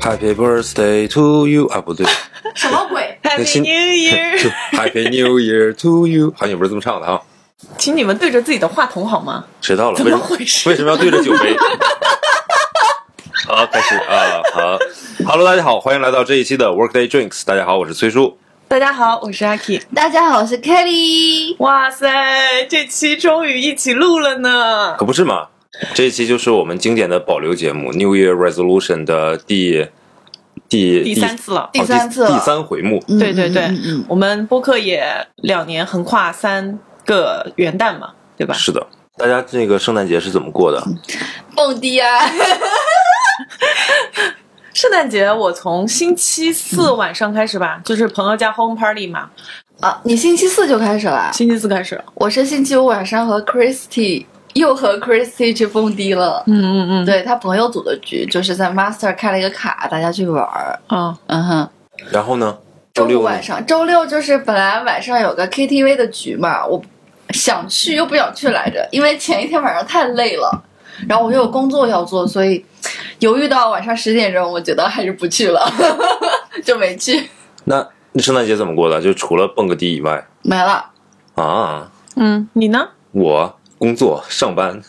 Happy birthday to you 啊，不对，什么鬼？那 Happy 新 New Year！ 就 Happy New Year to you，好像也不是这么唱的啊。请你们对着自己的话筒好吗？迟到了，怎为么什么回事为什么要对着酒杯？ 好，开始啊，好，Hello，大家好，欢迎来到这一期的 Workday Drinks。大家好，我是崔叔。大家好，我是阿 K。大家好，我是 Kelly。哇塞，这期终于一起录了呢！可不是嘛，这一期就是我们经典的保留节目 New Year Resolution 的第第第三次了，第第三次哦了第三回目。对对对，嗯嗯我们播客也两年横跨三个元旦嘛，对吧？是的，大家这个圣诞节是怎么过的？蹦迪啊，圣诞节我从星期四晚上开始吧，就是朋友家 home party 嘛，啊，你星期四就开始了？星期四开始。我是星期五晚上和 Christy 又和 Christy 去蹦迪了。嗯嗯嗯，对他朋友组的局，就是在 Master 开了一个卡，大家去玩儿。啊，嗯哼，然后呢？周周六五呢晚上，周六就是本来晚上有个 KTV 的局嘛，我想去又不想去来着，因为前一天晚上太累了，然后我又有工作要做，所以犹豫到晚上十点钟，我觉得还是不去了， 就没去，那那圣诞节怎么过的？就除了蹦个迪以外没了。啊，嗯，你呢？我工作上班，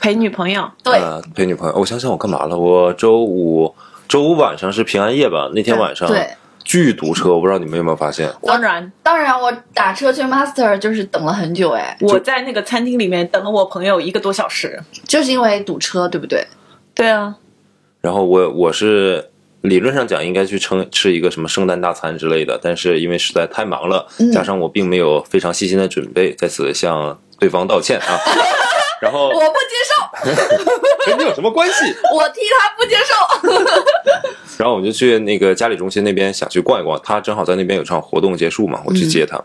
陪女朋友？对，呃，陪女朋友。我想想我干嘛了？我周五周五晚上是平安夜吧？那天晚上对，巨堵车，我不知道你们有没有发现？我当然，当然我打车去 Master 就是等了很久，哎，我在那个餐厅里面等了我朋友一个多小时。就是因为堵车，对不对？对啊，然后我我是理论上讲应该去称吃一个什么圣诞大餐之类的，但是因为实在太忙了，嗯加上我并没有非常细心的准备，在此向对方道歉 啊。然后我不接跟你有什么关系？受，我替他不接受。然后我就去那个嘉里中心那边想去逛一逛，他正好在那边有场活动结束嘛，嗯我去接他，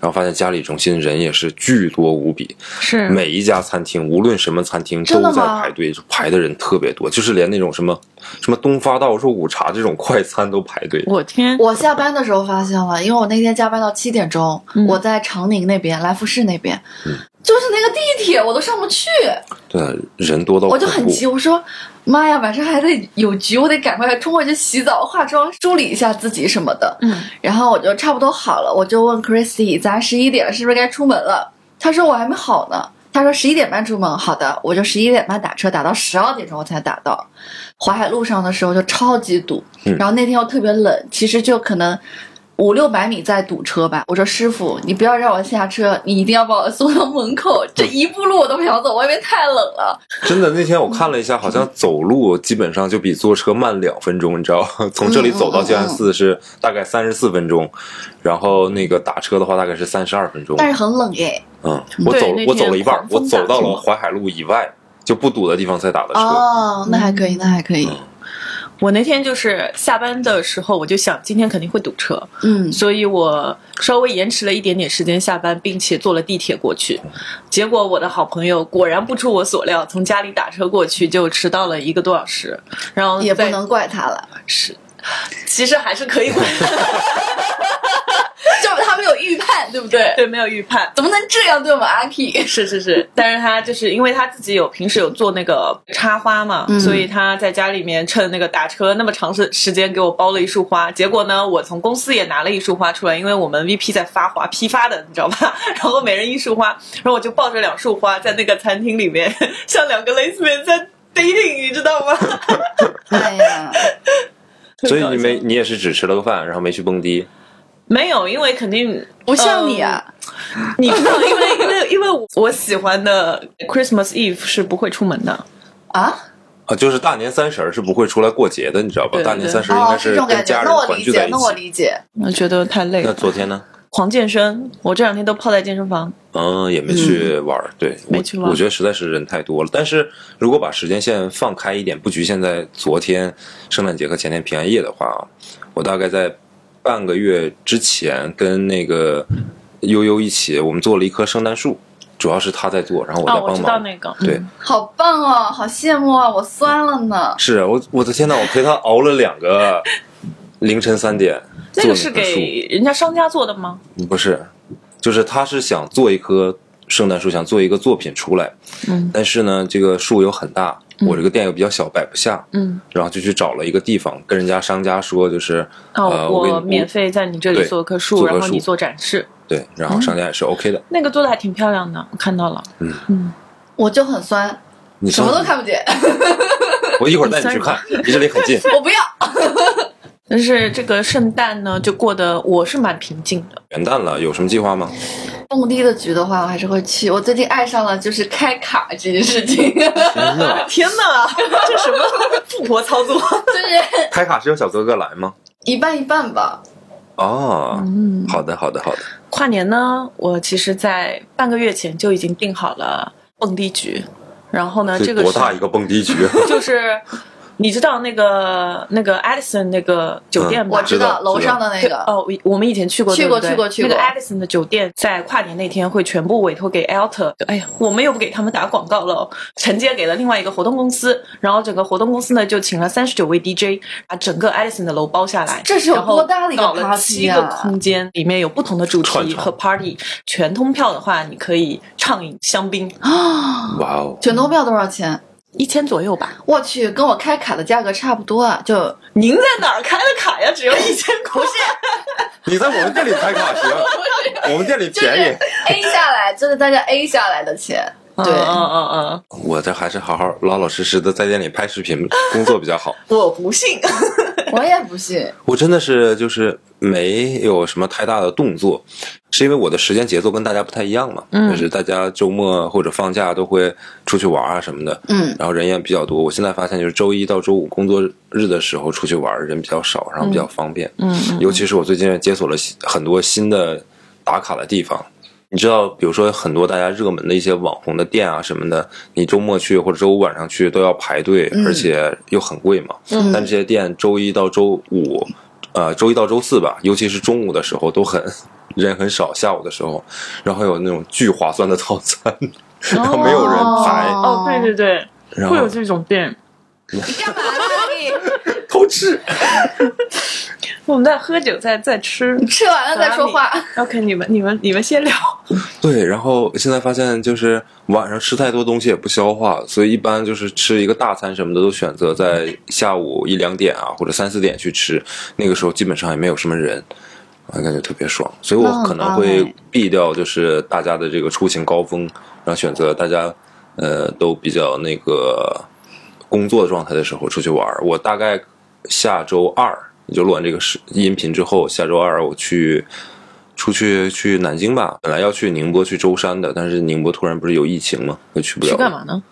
然后发现嘉里中心人也是巨多无比，是每一家餐厅无论什么餐厅都真的在吗排队，排的人特别多，就是连那种什么什么东发道肉骨茶这种快餐都排队。我天， 我下班的时候发现了，因为我那天加班到七点钟，嗯我在长宁那边来福士那边，嗯就是那个地铁我都上不去，对，人多到我就恐很怖急，我说妈呀，晚上还得有局，我得赶快冲过去洗澡、化妆、梳理一下自己什么的。嗯，然后我就差不多好了，我就问 Christy，咱十一点是不是该出门了？他说我还没好呢。他说十一点半出门，好的，我就十一点半打车，打到十二点钟我才打到。淮海路上的时候就超级堵，嗯然后那天又特别冷，其实就可能五六百米在堵车吧。我说师傅，你不要让我下车，你一定要把我送到门口，这一步路我都不想走，外面太冷了。真的，那天我看了一下，好像走路基本上就比坐车慢两分钟，你知道， 从这里嗯走到静安寺是大概三十四分钟，然后那个打车的话大概是三十二分钟。但是很冷耶。嗯，我走对那天我走了一半狂，我风大走到是了吗淮海路以外就不堵的地方才打的车。哦，那还可以，那还可以。我那天就是下班的时候，我就想今天肯定会堵车，嗯，所以我稍微延迟了一点点时间下班，并且坐了地铁过去。结果我的好朋友果然不出我所料，从家里打车过去就迟到了一个多小时，然后嗯也不在能怪他了。是，其实还是可以 管，就是他们有预判，对不对？对，没有预判。怎么能这样对我们阿 K？ 是是是，但是他就是因为他自己有平时有做那个插花嘛，嗯所以他在家里面趁那个打车那么长时时间给我包了一束花。结果呢，我从公司也拿了一束花出来，因为我们 VP 在发花批发的，你知道吧？ 然后每人一束花，然后我就抱着两束花在那个餐厅里面， 像两个 lace man 在 dating，你知道吗？ 哎呀，所以你没你也是只吃了个饭，然后没去蹦迪。没有，因为肯定 不像你啊！你知道，因为因为因为我我喜欢的 Christmas Eve 是不会出门的。啊，啊，就是大年三十儿是不会出来过节的，你知道吧？对对大年三十儿应哦，该是这种跟感觉家。人那我团理聚在解，一那我起。理解。我觉得太累那了。昨天呢？狂健身，我这两天都泡在健身房。嗯，也没去玩儿，对，没我去玩儿我觉得实在是人太多了。但是如果把时间线放开一点，不局限在昨天圣诞节和前天平安夜的话啊，我大概在半个月之前跟那个悠悠一起，我们做了一棵圣诞树，主要是他在做，然后我在哦，我帮知忙。道那个，对，好棒哦，好羡慕啊！我酸了呢。是啊我我的天呐，我陪他熬了两个凌晨三点做那个棵是树，给人家商家做的吗？不是，就是他是想做一棵圣诞树，想做一个作品出来。嗯，但是呢，这个树又很大，我这个店又比较小，摆不下，嗯，然后就去找了一个地方，跟人家商家说，就是哦，呃，我给你免费在你这里对做棵树，做棵然后你树做展示，对，然后商家也是 OK 的。那个做的还挺漂亮的，我看到了。嗯嗯，我就很酸，你什么说都看不见， 我一会儿带你去看，离这里很近。我不要。但是这个圣诞呢，就过得我是蛮平静的。元旦了，有什么计划吗？蹦迪的局的话，我还是会去。我最近爱上了就是开卡这件事情， 就真 的，啊天哪，这什 么富婆操作？是开卡是有小哥哥来吗？一半一半吧。嗯哦，嗯，好的，好的，好的。跨年呢，我其实在半个月前就已经定好了蹦迪局，然后呢，啊这个多是大一个蹦迪啊局？就是你知道那个那个 Edison 那个酒店吧？我知道嗯知道楼上的那对个，哦，我我们以前去过，去过对不对去过去那过个 Edison 的酒店在跨年那天会全部委托给 Alta，哎呀，我们又不给他们打广告了，承接给了另外一个活动公司，然后整个活动公司呢就请了三十九位 DJ，把整个 Edison 的楼包下来。这是有然后多大的一个搞了 party 七啊个空间，里面有不同的主串题场和 party。全通票的话，你可以畅饮香槟，啊，哇哦， 卷头票多少钱？一千左右吧。我去，跟我开卡的价格差不多啊，就您在哪儿开的卡呀？只要一千块。你在我们店里开卡行，我们店里就是便宜。 A 下来，就是大家 A 下来的钱。对，嗯嗯嗯我这还是好好老老实实的在店里拍视频工作比 较好。嗯，我不信。嗯我也不信。我真的是就是没有什么太大的动作，是因为我的时间节奏跟大家不太一样嘛，嗯就是大家周末或者放假都会出去玩啊什么的，嗯，然后人也比较多。我现在发现就是周一到周五工作日的时候出去玩人比较少，然后比较方便。嗯嗯尤其是我最近解锁了新很多新的打卡的地方。你知道，比如说很多大家热门的一些网红的店啊什么的，你周末去或者周五晚上去都要排队，嗯而且又很贵嘛。嗯但这些店周一到周五，呃，周一到周四吧，尤其是中午的时候都很人很少，下午的时候，然后有那种巨划算的套餐，然后没有人排，哦，对对对，然会有后这种店。你干嘛呢？偷吃。我们在喝酒，在在 吃。你吃完了再说话。 OK，你们你们你们先聊。对，然后现在发现就是晚上吃太多东西也不消化，所以一般就是吃一个大餐什么的，都选择在下午一两点啊或者三四点去吃，那个时候基本上也没有什么人，啊，感觉特别爽。所以我嗯可能棒会哎避掉就是大家的这个出行高峰，然后选择大家呃都比较那个工作状态的时候出去玩儿。我大概下周二，也就录完这个视音频之后，下周二我去出去去南京吧。本来要去宁波去舟山的，但是宁波突然不是有疫情嘛，就去不了 去了。干嘛呢？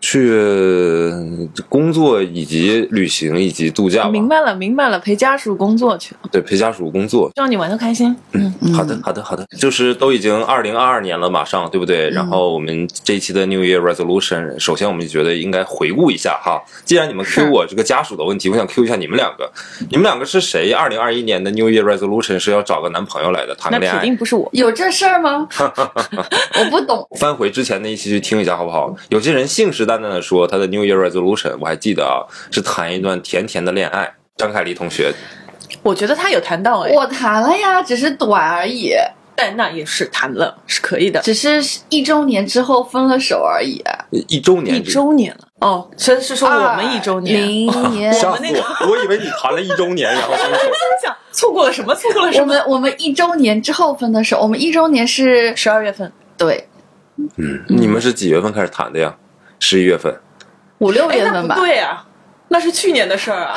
去呃工作以及旅行以及度假吧。明白了，明白了，陪家属工作去了，对，陪家属工作。希望你玩的开心。嗯好的，好的，好的，就是都已经二零二二年了，马上对不对？嗯然后我们这一期的 New Year Resolution，首先我们就觉得应该回顾一下哈。既然你们 Q 我这个家属的问题，我想 Q 一下你们两个，你们两个是谁？二零二一年的 New Year Resolution 是要找个男朋友来的，谈那个恋铁爱。定不是我。有这事儿 吗？我不懂。翻回之前那一期去听一下好不好？有些人信誓旦旦的说他的 New Year Resolution，我还记得啊，是谈一段甜甜的恋爱。张凯丽同学，我觉得他有谈到哎，我谈了呀，只是短而已，但那也是谈了，是可以的。只是一周年之后分了手而已。一周年一之，周年了哦，是是说我们一周年。零 年，吓我死们那个我！我以为你谈了一周年，然后分手。想错过了什么？错过了什我么？们我们一周年之后分的手，我们一周年是十二月份，对嗯，你们是几月份开始谈的呀？十一月份，五六哎，月那份不吧。对啊，那是去年的事儿啊。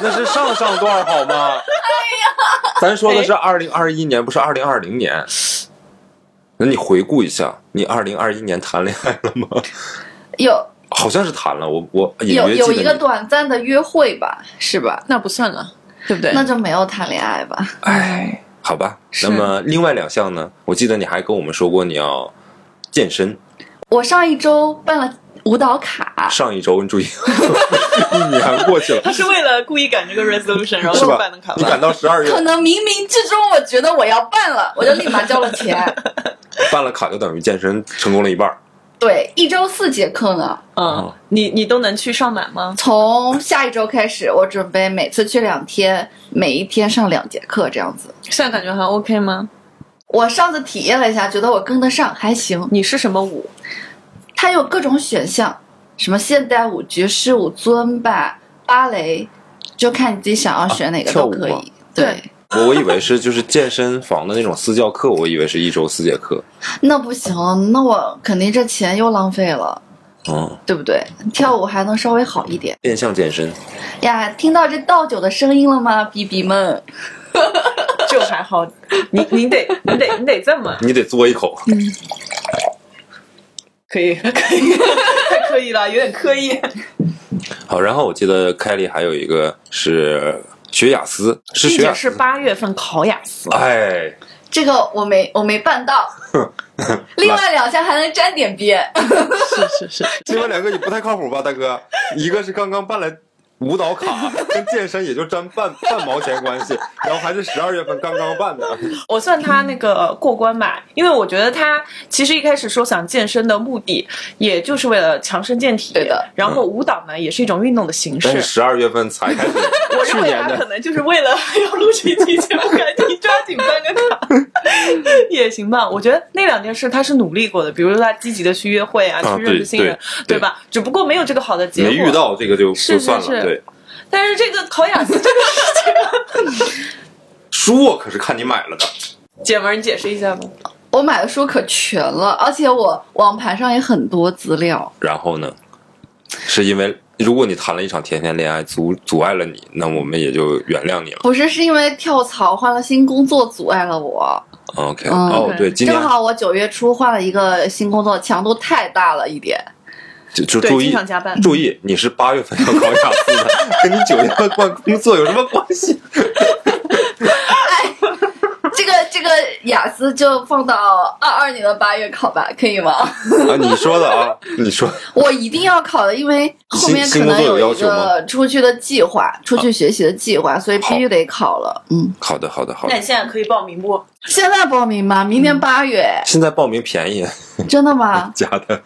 那是上上段好吗？哎呀，咱说的是二零二一年，不是二零二零年。那你回顾一下，你二零二一年谈恋爱了吗？有好像是谈了，我我隐有约有记一个得你。短暂的约会吧，是吧？那不算了，对不对？那就没有谈恋爱吧？哎，好吧。那么另外两项呢？我记得你还跟我们说过你要健身。我上一周办了舞蹈卡，上一周你注意，一年过去了， 他是为了故意赶这个 resolution，然是后吧办的卡？你吧赶。到十二月可能冥冥之中我觉得我要办了，我就立马交了钱。办了卡，就等于健身成功了一半儿。对，一周四节课呢，嗯，你你都能去上满吗？从下一周开始，我准备每次去两天，每一天上两节课这样子。现在感觉还 OK 吗？我上次体验了一下，觉得我跟得上，还行。你是什么舞？它有各种选项，什么现代舞、爵士舞、尊巴、芭蕾，就看你自己想要选哪个啊跳都舞可以。吗对，我我以为是就是健身房的那种私教课，我以为是一周四节课。那不行，那我肯定这钱又浪费了，嗯，对不对？跳舞还能稍微好一点变相健身。呀。听到这倒酒的声音了吗，比比们？ 就还好，你你得你得你得这么，你得嘬一口， 嗯可以可以， 太刻意了，有点刻意。好。然后我记得凯莉还有一个是学雅思，是并学且雅是思。八月份考雅思，哎，这个我没我没 办到，另外两项还能沾点边。 是是是，另外两个也不太靠谱吧，大哥？一个是刚刚办了舞蹈卡，跟健身也就沾半半毛钱关系，然后还是十二月份刚刚办的。 我算他那个过关吧，因为我觉得他其实一开始说想健身的目的，也就是为了强身健体。对的。然后舞蹈呢，也是一种运动的形但是式。十二月份才开始，我去认为年他可的能就是为了 要录这期节目，赶紧抓紧办个卡 也行吧。我觉得那两件事他是努力过的，比如说他积极的去约会啊，啊去认识新人，对对吧？只不过没有这个好的结果。没遇到这个就是就算了。是是对，但是这个考雅思这个事情，书我可是看你买了的， 姐们儿，你解释一下吧。我买的书可全了，而且我网盘上也很多资料。然后呢，是因为如果你谈了一场甜甜恋爱，阻阻碍了你，那我们也就原谅你了。不是，是因为跳槽换了新工作阻碍了我。 OK，、嗯哦，对，今正年好我九月初换了一个新工作，强度太大了一 点。就就对注经意常加班注意，你是八月份要考雅思的， 跟你九月份换工作有什么关系？这个这个雅思就放到二二年的八月考吧，可以 吗？啊，你说的啊，你说我一定要考的，因为后面可新新工能作有有要一求吗个出去的计划，出去学习的计划，所以必须好得考了。嗯，好的，好的，好 那的你。现在可以报名不？现在报名吗？明嗯年八月，现在报名便宜，真的吗？假的。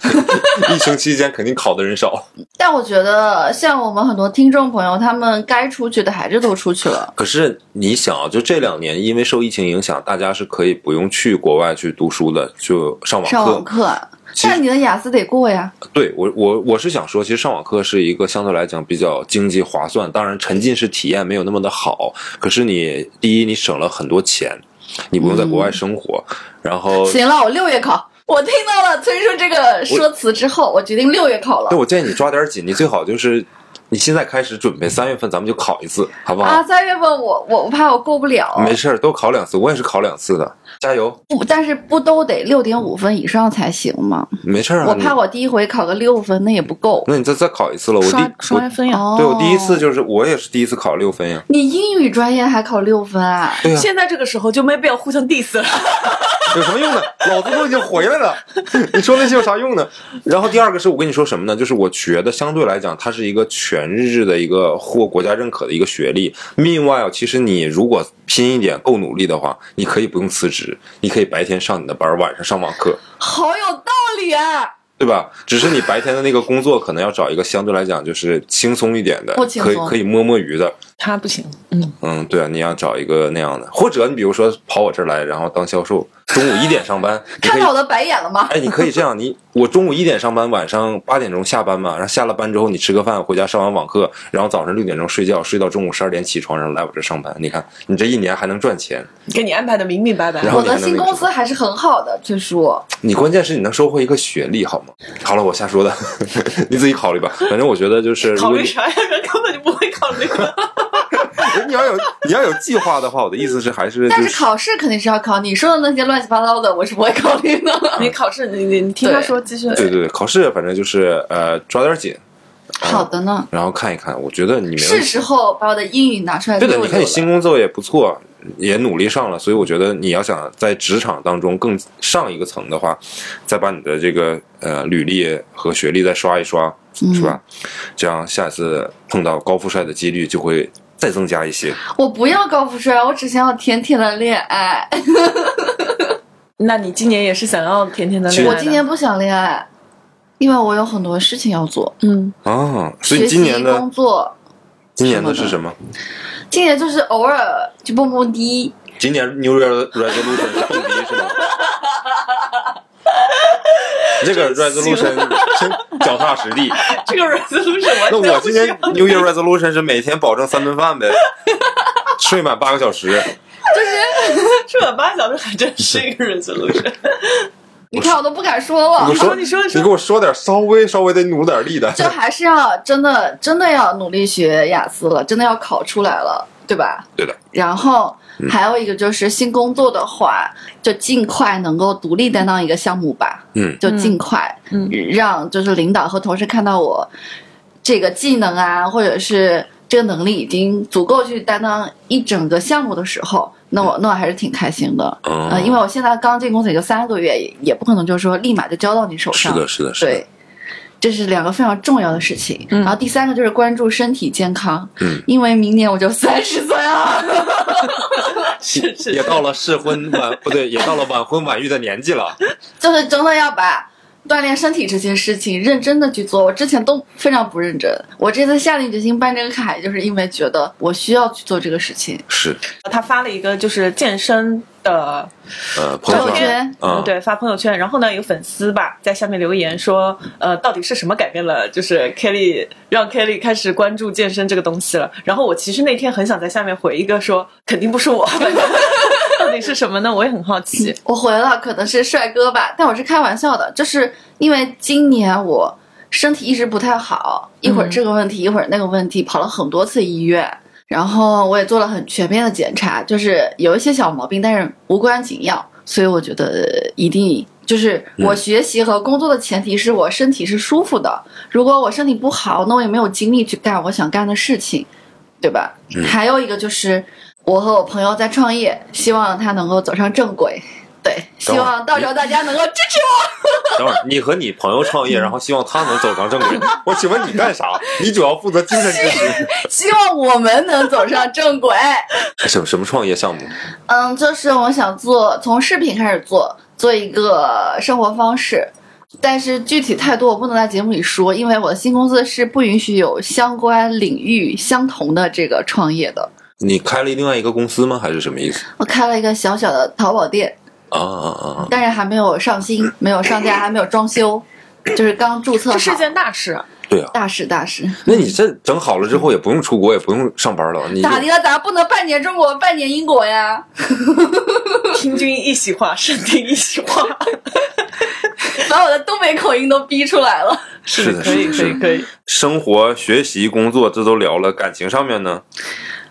疫情期间肯定考的人少，但我觉得像我们很多听众朋友，他们该出去的还是都出去了。可是你想啊，就这两年，因为受疫情影响，大家是可以不用去国外去读书的，就上网课。上网课，其实但你的雅思得过呀。对我，我我是想说，其实上网课是一个相对来讲比较经济划算，当然沉浸式体验没有那么的好。可是你第一，你省了很多钱，你不用在国外生活，嗯然后。行了，我六月考。我听到了崔叔这个说辞之后，我决定六月考了那。我建议你抓点紧，你最好就是你现在开始准备，三月份咱们就考一次，好不好？啊，三月份我我我怕我过不了，没事儿，都考两次，我也是考两次的，加油，不，但是不都得六点五分以上才行吗？没事儿啊。我你怕我第一回考个六分，那也不够。那你再再考一次了，我第刷我刷分呀。哦，对我第一次，就是我也是第一次考六分呀，你英语专业还考六分啊？对呀、现在这个时候就没必要互相 diss 了。 有什么用呢？老子都已经回来了，你说那些有啥用呢？然后第二个是我跟你说什么呢？就是我觉得相对来讲，它是一个全日制的一个获国家认可的一个学历。Meanwhile，其实你如果拼一点够努力的话，你可以不用辞职，你可以白天上你的班，晚上上网课。好有道理啊！对吧？只是你白天的那个工作，可能要找一个相对来讲就是轻松一点的不，轻可以松可以摸摸鱼的，他不行，嗯，嗯，对啊，你要找一个那样的，或者你比如说跑我这儿来，然后当销售，中午一点上班，你可看以到，我的白眼了吗？哎，你可以这样，你我中午一点上班，晚上八点钟下班嘛，然后下了班之后你吃个饭，回家上完网课，然后早上六点钟睡觉，睡到中午十二点起床，然后来我这儿上班，你看你这一年还能赚钱，给你安排的明明白白。然后我你还的能新那个公什司还是很好的，崔叔。你关键是你能收获一个学历好吗？好了，我瞎说的， 你自己考虑吧，反正我觉得就是如考果虑你啥呀？ 人根本就不会考虑。 你要有你要有计划的话，我的意思是还是就但是考试肯定是要考，你说的那些乱七八糟的，我是不会考虑 嗯的。你考试，你你你听他说，继续。对对对，考试反正就是呃抓点紧。好的呢，然后看一看，我觉得你没问是题。时候把我的英语拿出来哎对溜的，溜你看你了。新工作也不错，也努力上了，所以我觉得你要想在职场当中更上一个层的话，再把你的这个呃履历和学历再刷一刷，是吧？这样下次碰到高富帅的几率就会再增加一些。我不要高富帅，我只想要甜甜的恋爱。那你今年也是想要甜甜的其恋爱实我的今年不想恋爱，因为我有很多事情要做。嗯，啊，所以学习今年的工作，今年的是什么？今年就是偶尔去蹦蹦迪。 今年 New Year Resolution 是蹦迪是吗？这个 resolution 先脚踏实地。 这个 resolution 那完我全不需今天要。 New Year resolution 是每天保证三顿饭呗，睡满八个小时。睡满八小时还真是一个 resolution。你看我都不敢说你了不。说，哦你说你说给我说点稍微稍微得努点力的。这还是要真的真的要努力学雅思了，真的要考出来了，对吧？对的。然后嗯还有一个就是新工作的话，就尽快能够独立担当一个项目吧，嗯，就尽快，嗯让就是领导和同事看到我这个技能啊，或者是这个能力已经足够去担当一整个项目的时候，那我那我还是挺开心的。嗯呃，因为我现在刚进公司也就三个月，也也不可能就是说立马就交到你手是上，的，是的，是的。对，这是两个非常重要的事情。嗯然后第三个就是关注身体健康，嗯，因为明年我就三十岁了，是是，也到了适婚晚不对，也到了晚婚晚育的年纪了。就是真的要把锻炼身体这件事情认真的去做。我之前都非常不认真，我这次下定决心办这个卡，就是因为觉得我需要去做这个事情。 是，他发了一个就是健身的呃，朋友朋友圈圈，嗯，对，发朋友圈，然后呢，有粉丝吧在下面留言说，呃，到底是什么改变了，就是 Kelly 让 Kelly 开始关注健身这个东西了。然后我其实那天很想在下面回一个说，肯定不是我， 到底是什么呢？我也很好奇。我回了，可能是帅哥吧，但我是开玩笑的，就是因为今年我身体一直不太好，一会儿这个问题，一会儿那个问题，跑了很多次医院，然后我也做了很全面的检查，就是有一些小毛病，但是无关紧要，所以我觉得一定。就是我学习和工作的前提是我身体是舒服的，如果我身体不好，那我也没有精力去干我想干的事情，对吧？还有一个就是我和我朋友在创业，希望他能够走上正轨。对，希望到时候大家能够支持我。等会儿你和你朋友创业，然后希望他能走上 正轨。我请问你干啥？你主要负责精神支持。希望我 们能走上正轨。 什么什么创业项目？嗯，就是我想做从饰品开始做，做一个生活方式，但是具体太多我不能在节目里说，因为我的新公司是不允许有相关领域相同的这个创业的。你开了另外一个公司吗？还是什么意思？我开了一个小小的淘宝店，啊啊啊！但是还没有上新，没有上架，还没有装修，就是刚注册好嗯这。是件大事，对啊，大事大事， 那你这整好了之后，也不用出国，也不用上班了，你就咋的了？咱不能半年中国，半年英国呀？ 听君一席话， 胜听一席话，把我的东北口音都逼出来了。 是的可以，可是的以，是的。可以。生活、学习、工作，这都聊了，感情上面呢，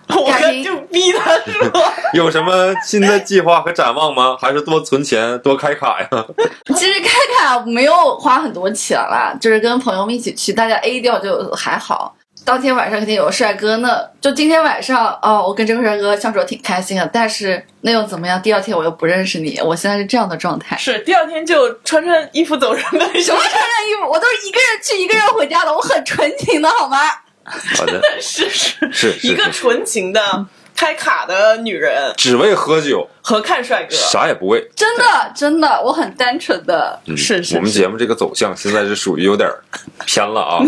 我感情就逼他 说，有什么新的计划和展望吗？还是多存钱，多开卡呀？ 其实开卡没有花很多钱啦，就是跟朋友们一起去，大家 A 掉就还好。当天晚上肯定有帅哥呢，就今天晚上哦，我跟这个帅哥相处得挺开心的，啊但是那又怎么样？第二天我又不认识你，我现在是这样的状态。是第二天就穿穿衣服走人呗， 什么穿上衣服， 我都是一个人去，一个人回家的，我很纯情的好吗？好的，是是是是 一个是纯情的开卡的女人只为喝酒，和看帅哥，啥也不为。真的真的，我很单纯的。嗯是是我们是节目这个走向现在是属于有点儿偏 了啊，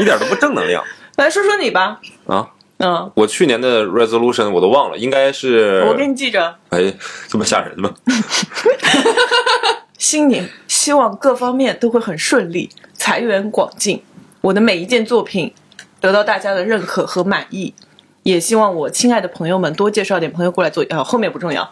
一点都不正能量来说说你吧，啊！嗯，我去年的 resolution 我都忘了，应该是我给你记着。哎，这么吓人吗？新年希望各方面都会很顺利，财源广进。我的每一件作品得到大家的认可和满意，也希望我亲爱的朋友们多介绍点朋友过来做。呃，后面不重要。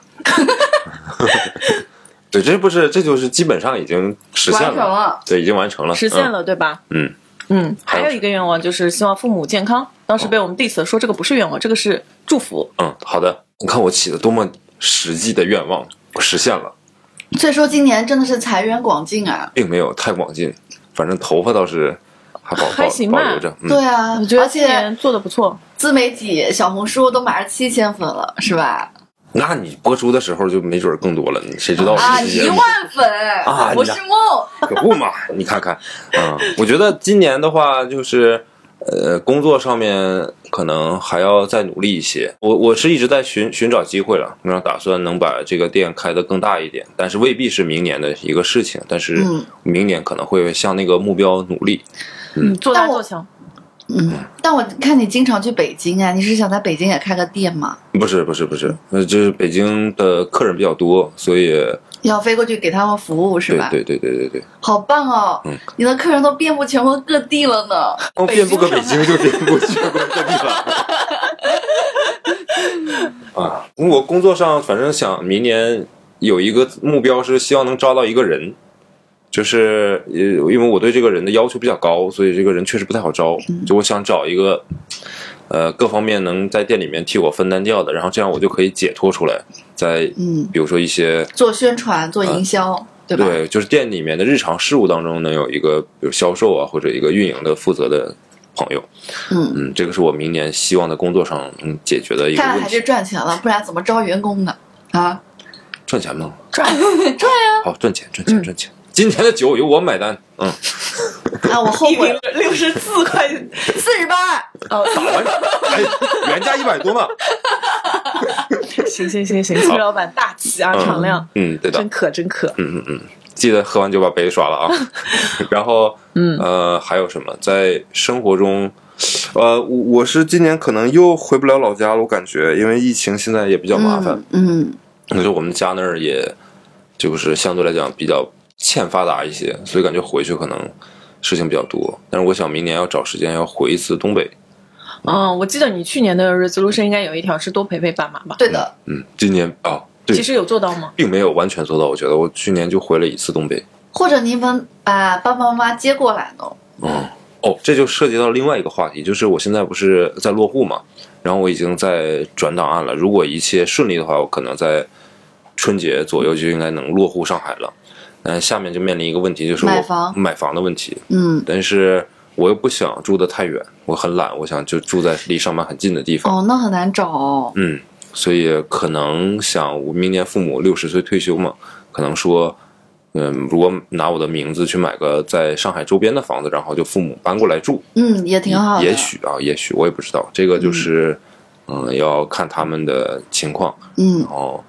对，这不是，这就是基本上已经实现完成了对，已经完成了，实现嗯。了，对吧？嗯嗯，还还有有一个愿望就是希望父母健康。当时被我们 diss 说这个不是愿望，这个是祝福。嗯，好的，你看我起的多么实际的愿望，我实现了，所以说今年真的是财源广进啊。并没有太广进，反正头发倒是还保还行保吧保留着。嗯，对啊，我觉得而今且年做的不错。自媒体、小红书都马上七千粉了，是吧？那你播出的时候就没准儿更多了，你谁知道啊，你这些一万粉！啊我你是看梦， 可不嘛，你看看，嗯，我觉得今年的话就是，呃，工作上面可能还要再努力一些。我我是一直在寻寻找机会了，然后打算能把这个店开得更大一点，但是未必是明年的一个事情，但是嗯明年可能会向那个目标努力。嗯，做大大做做强。但我看你经常去北京啊，你是想在北京也开个店吗？不是不是不是，呃，就是北京的客人比较多，所以要飞过去给他们服务是对吧？对对对对对，好棒哦！嗯你的客人都遍布全国各地了呢。光北京遍布个上北京就遍布全 国各地了。啊，我工作上反正想明年有一个目标是希望能招到一个人，就是呃，因为我对这个人的要求比较高，所以这个人确实不太好招。嗯就我想找一个，呃，各方面能在店里面替我分担掉的，然后这样我就可以解脱出来，在嗯，比如说一些做宣传，做营销，对吧？对，就是店里面的日常事务当中能有一个，比如销售啊，或者一个运营的负责的朋友。嗯，嗯，这个是我明年希望在工作上嗯解决的一个看来问还是题。赚钱了，不然怎么招员工呢？啊， 赚钱吗？赚 赚呀、好，赚钱，赚钱，嗯赚钱。今天的酒由我买单。 嗯，啊！我后一悔瓶了，六十 四块，四十八，哦，打完，哎，原价一百多嘛。行行行行，崔老板大气啊，嗯敞亮，嗯，对的真。可真可，嗯嗯嗯，记得喝完就把杯刷了啊。 然后，嗯呃，还有什么在生活中？呃，我我是今年可能又回不了老家了，我感觉，因为疫情现在也比较麻烦。嗯。嗯，可是我们家那儿也就是相对来讲比较欠发达一些，所以感觉回去可能事情比较多。但是我想明年要找时间要回一次东北。嗯，我记得你去年的 resolution 应该有一条是多陪陪爸妈吧？对的，嗯，今年啊、哦，对其，实有做到吗？并没有完全做到。我觉得我去年就回了一次东北。或者你们把爸爸妈妈接过来呢？嗯，哦，这就涉及到另外一个话题，就是我现在不是在落户嘛，然后我已经在转档案了。如果一切顺利的话，我可能在春节左右就应该能落户上海了。嗯，下面就面临一个问题，就是我买房买房的问题。嗯，但是我又不想住的太远，我很懒，我想就住在离上班很近的地方。哦，那很难找哦。嗯，所以可能想我明年父母六十岁退休嘛，可能说，嗯，如果拿我的名字去买个在上海周边的房子，然后就父母搬过来住，嗯，也挺好的。也，许啊，也许我也不知道，这个就是，嗯要看他们的情况，嗯然后。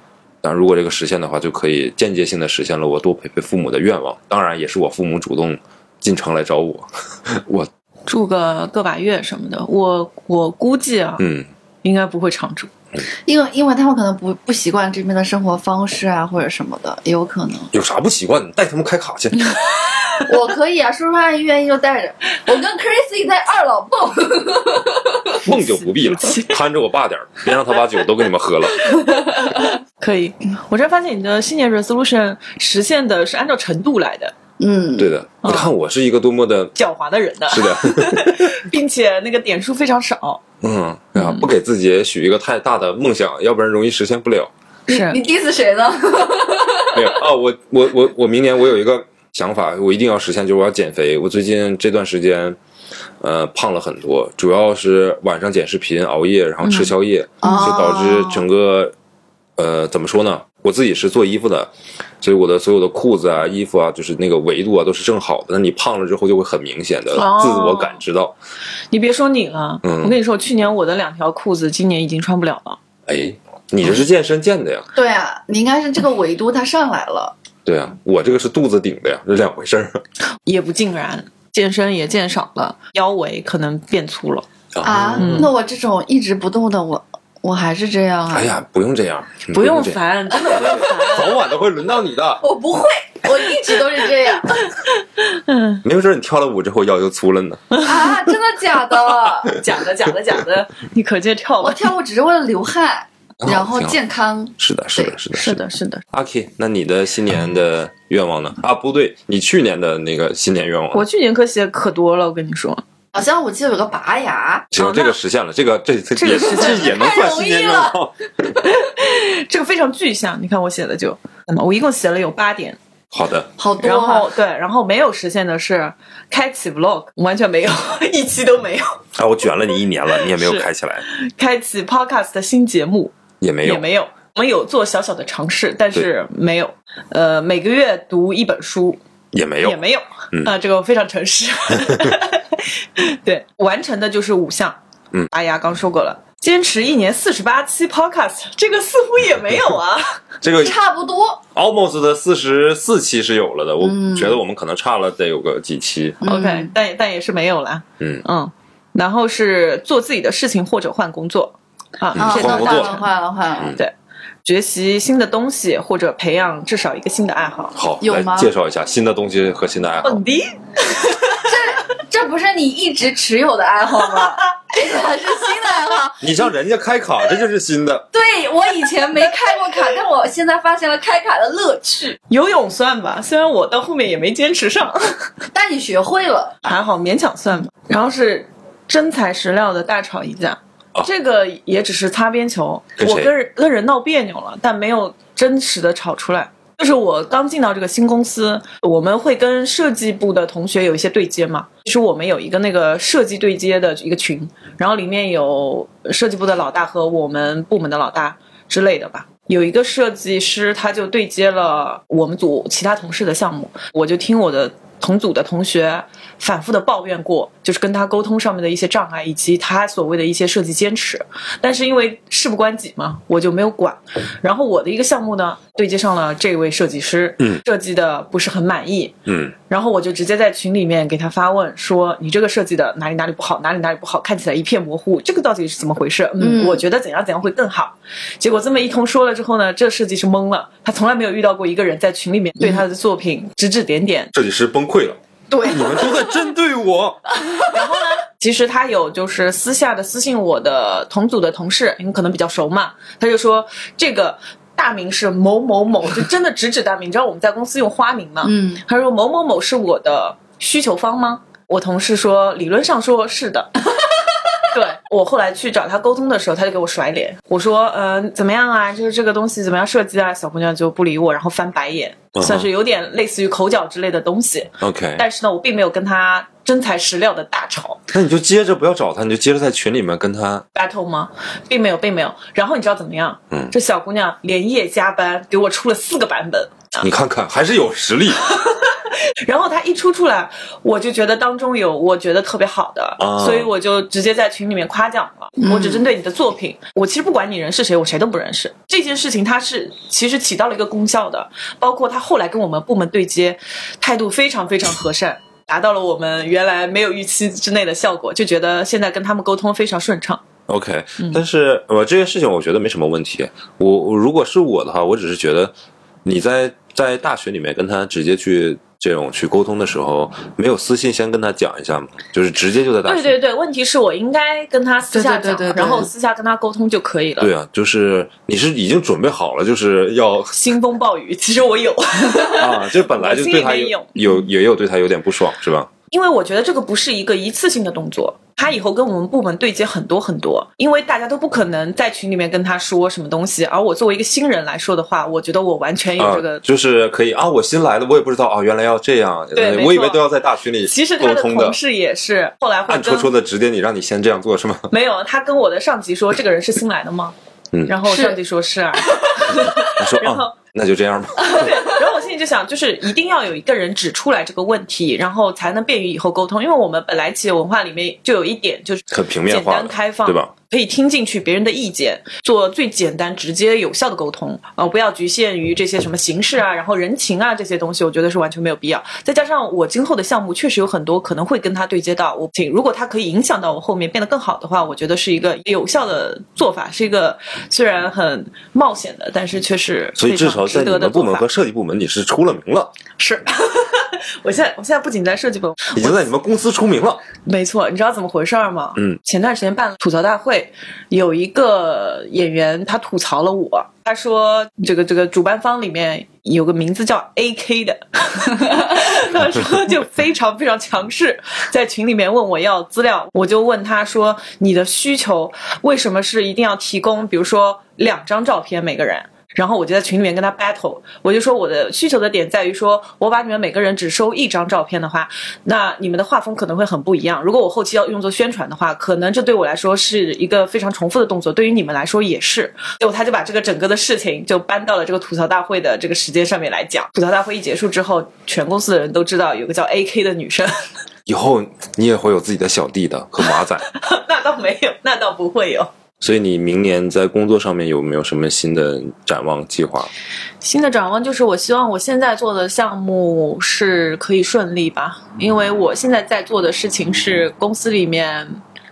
但如果这个实现的话，就可以间接性的实现了我多陪陪父母的愿望。当然，也是我父母主动进城来找我。我住个个把月什么的，我我估计啊，嗯，应该不会常住。因为因为他们可能不不习惯这边的生活方式啊，或者什么的，也有可能。有啥不习惯？你带他们开卡去。 我可以啊，叔叔阿姨愿意就带着。 我跟 Chrissy 在二老蹦，梦就不必了，看着我爸点儿，别让他把酒都给你们喝了。可以，我这发现你的新年 resolution 实现的是按照程度来的， 嗯，对的，你看我是一个多么的，狡猾的人啊呢，是的，并且那个点数非常少。嗯，哎呀，不给自己许一个太大的梦想，要不然容易实现不了。是你 diss 谁呢？ 没有哦，我我我我明年我有一个想法，我一定要实现，就是我要减肥。我最近这段时间，呃，胖了很多，主要是晚上剪视频、熬夜，然后吃宵夜，嗯就导致哦整个，呃，怎么说呢？我自己是做衣服的，所以我的所有的裤子啊、衣服啊，就是那个维度啊，都是正好的。那你胖了之后，就会很明显的哦自我感知到，你别说你了，嗯我跟你说，去年我的两条裤子今年已经穿不了了。哎，你这是健身健的呀？对啊，你应该是这个维度它上来了。对啊，我这个是肚子顶的呀，这两回事儿也不尽然，健身也健少了，腰围可能变粗了。啊，嗯那我这种一直不动的我，我还是这样啊。哎呀，不用这样，嗯不用这样。烦，真的不用烦。 早晚都会轮到你的。我不会，我一直都是这 样没准你跳了舞之后腰就粗了呢。啊！真的假的？假的，假的，假的，你可劲跳 我吧。跳舞 只是为了流汗，哦挺好然后健康。是的，是的，是的，是。的，是的，阿 K，那你的新年的愿望呢？啊，不对，你去年的那个新年愿望呢。我去年科鞋可多了，我跟你说，好像我记得有个拔牙，行，哦这那个实现了，这个这这这个也实现这了也能算新年愿太望。这个非常具象。你看我写的就，那么我一共写了有八点， 好的，好多、然啊后。对，然后没有实现的是开启 vlog，完全没有， 一期都没有。啊，我卷了你一 年了，你也没有是开起来，开启 podcast 的新节目，也没也有。没有。我们有做小小的尝试，但是没有。呃，每个月读一本书，也没有也没有。嗯啊，这个非常诚 实。对，完成的就是五项。嗯，阿雅刚说过了，坚持一年四十八期 podcast，这个似乎也没有 啊。这个差不多， almost 的四十四期是有了的，嗯我觉得我们可能差了得有个几期。 OK，但但也是没有啦。嗯嗯，然后是做自己的事情或者换工作啊，嗯这换都工那换作是了换了换嗯了，学习新的东西或者培养至少一个新的爱好。好，有来吗介绍一下新的东西和新的爱好。蹦迪，这不是你一直持有的爱好 吗？这个还是新的爱好。你让人家开卡，这就是新的。对我以前没开过卡，但我现在发现了开卡的乐趣。游泳算吧，虽然我到后面也没坚持上，但你学会了，还好勉强算吧。然后是真材实料的大吵一架，哦这个也只是擦边球。跟我谁跟人跟人闹别扭了，但没有真实的吵出来。就是我刚进到这个新公司，我们会跟设计部的同学有一些对接嘛。其实我们有一个那个设计对接的一个群，然后里面有设计部的老大和我们部门的老大之类的吧。有一个设计师，他就对接了我们组其他同事的项目，我就听我的同组的同学反复的抱怨过，就是跟他沟通上面的一些障碍，以及他所谓的一些设计坚持。但是因为事不关己嘛，我就没有管。然后我的一个项目呢，对接上了这位设计师，嗯，设计的不是很满意，嗯，然后我就直接在群里面给他发问说：“你这个设计的哪里哪里不好，哪里哪里不好，看起来一片模糊，这个到底是怎么回事？”嗯，嗯我觉得怎样怎样会更好。结果这么一通说了之后呢，这设计师懵了，他从来没有遇到过一个人在群里面对他的作品指指点点。设计师崩溃了，对，你们都在针对我。其实他有就是私下的私信我的同组的同事，因为可能比较熟嘛，他就说这个大名是某某某，就真的直指大名。你知道我们在公司用花名嘛？嗯，他说某某某是我的需求方吗？我同事说理论上说是的。 对我后来去找他沟通的时候，他就给我甩脸。我说，嗯、怎么样啊？就是这个东西怎么样设计啊？小姑娘就不理我，然后翻白眼，嗯哼算是有点类似于口角之类的东西。 OK，但是呢，我并没有跟他真材实料的大吵。那你就接着不要找他，你就接着在群里面跟他 battle 吗？并没有，并没有。然后你知道怎么样？嗯这小姑娘连夜加班，给我出了四个版本。你看看，还是有实力。然后她一出出来，我就觉得当中有我觉得特别好的，啊所以我就直接在群里面夸奖了。嗯我只针对你的作品，我其实不管你人是谁，我谁都不认识。这件事情它是其实起到了一个功效的，包括她后来跟我们部门对接，态度非常非常和善。达到了我们原来没有预期之内的效果，就觉得现在跟他们沟通非常顺畅。 OK，但嗯是我、这件事情我觉得没什么问题。我我如果是我的话，我只是觉得你在在大学里面跟他直接去这种去沟通的时候，没有私信先跟他讲一下嘛，就是直接就在大学。对对对，问题是我应该跟他私下对讲，对对对对然后私下跟他沟通就可以了。对啊，就是你是已经准备好了，就是要腥风暴雨，其实我有，啊，这本来就对他我心里面有有也有对他有点不爽是吧？因为我觉得这个不是一个一次性的动作，他以后跟我们部门对接很多很多，因为大家都不可能在群里面跟他说什么东西，而我作为一个新人来说的话，我觉得我完全有啊这个，。就是可以啊，我新来的我也不知道啊，原来要这样，呃对没错我以为都要在大群里其实沟他的通同事也是后来会暗戳跟戳的指点你，让你先这样做是吗？没有，他跟我的上级说这个人是新来的吗？ 嗯然后我是上级说是啊，你说然后啊，那就这样吧。 对，然后我心里就想，就是一定要有一个人指出来这个问题，然后才能便于以后沟通。因为我们本来企业文化里面就有一点就是很平面简化的单开放，对吧？可以听进去别人的意见，做最简单、直接、有效的沟通，呃，不要局限于这些什么形式啊，然后人情啊这些东西，我觉得是完全没有必要。再加上我今后的项目确实有很多可能会跟他对接到，我挺如果他可以影响到我后面变得更好的话，我觉得是一个有效的做法，是一个虽然很冒险的，但是确实所以非至常少在值你得的们部做门法和。设计部门，你是出了名了，是， 我现在我现在不仅在设计部，已经在你们公司出名了。没错，你知道怎么回事儿吗？嗯，前段时间办吐槽大会，有一个演员他吐槽了我，他说这个这个主办方里面有个名字叫 A K 的， 他说就非常非常强势，在群里面问我要资料，我就问他说你的需求为什么是一定要提供，比如说两张照片每个人？然后我就在群里面跟他 battle，我就说我的需求的点在于说，我把你们每个人只收一张照片的话，那你们的画风可能会很不一样。如果我后期要用作宣传的话，可能这对我来说是一个非常重复的动作，对于你们来说也是。结果他就把这个整个的事情就搬到了这个吐槽大会的这个时间上面来讲。吐槽大会一结束之后，全公司的人都知道有个叫 AK 的女生， 以后你也会有自己的小弟的和马仔，那倒没有，那倒不会有。所以你明年在工作上面有没有什么新的展望计 划？新的展望就是，我希望我现在做的项目是可以顺利吧，因为我现在在做的事情是公司里面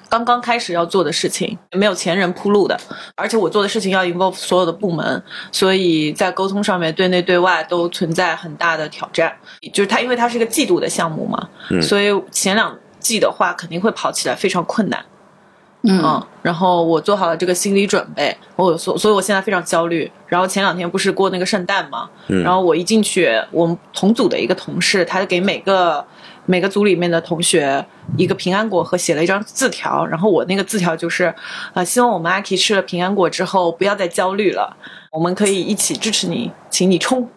刚刚开始要做的事情，没有前人铺路的，而且我做的事情要 involve 所有的部门，所以在沟通上面对内对外都存在很大的挑战。就是它，因为它是一个季度的项目嘛，嗯所以前两季的话肯定会跑起来非常困难。嗯，嗯，然后我做好了这个心理准备，我所所以我现在非常焦虑。然后前两天不是过那个圣诞嘛，嗯然后我一进去，我们同组的一个同事，他给每个每个组里面的同学一个平安果和写了一张字条，然后我那个字条就是，呃，希望我们阿 K 吃了平安果之后不要再焦虑了，我们可以一起支持你，请你冲。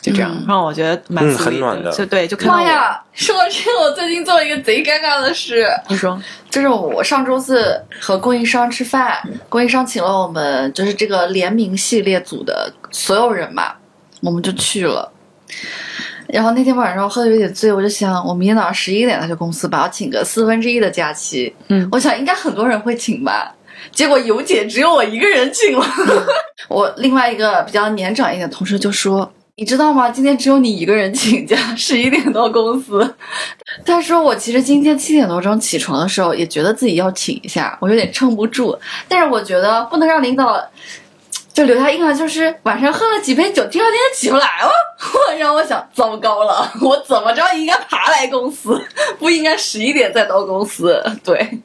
就这样，嗯让我觉得蛮嗯 sweet 很暖的就对，就看到妈我，呀！说到这个，我最近做了一个贼尴尬的事，你说，就是我上周四和供应商吃饭，供应商请了我们就是这个联名系列组的所有人吧，我们就去了。然后那天晚上我喝的有点醉，我就想，我明天早上十一点再去公司吧，我请个四分之一的假期。嗯我想应该很多人会请吧。结果尤姐只有我一个人请了。 我另外一个比较年长一点的同事就说：“你知道吗？今天只有你一个人请假，十一点到公司。”他说：“我其实今天七点多钟起床的时候，也觉得自己要请一下，我有点撑不住。但是我觉得不能让领导就留下印象，就是晚上喝了几杯酒，第二天就起不来了。 让我想，糟糕了，我怎么着也应该爬来公司，不应该十一点再到公司。对，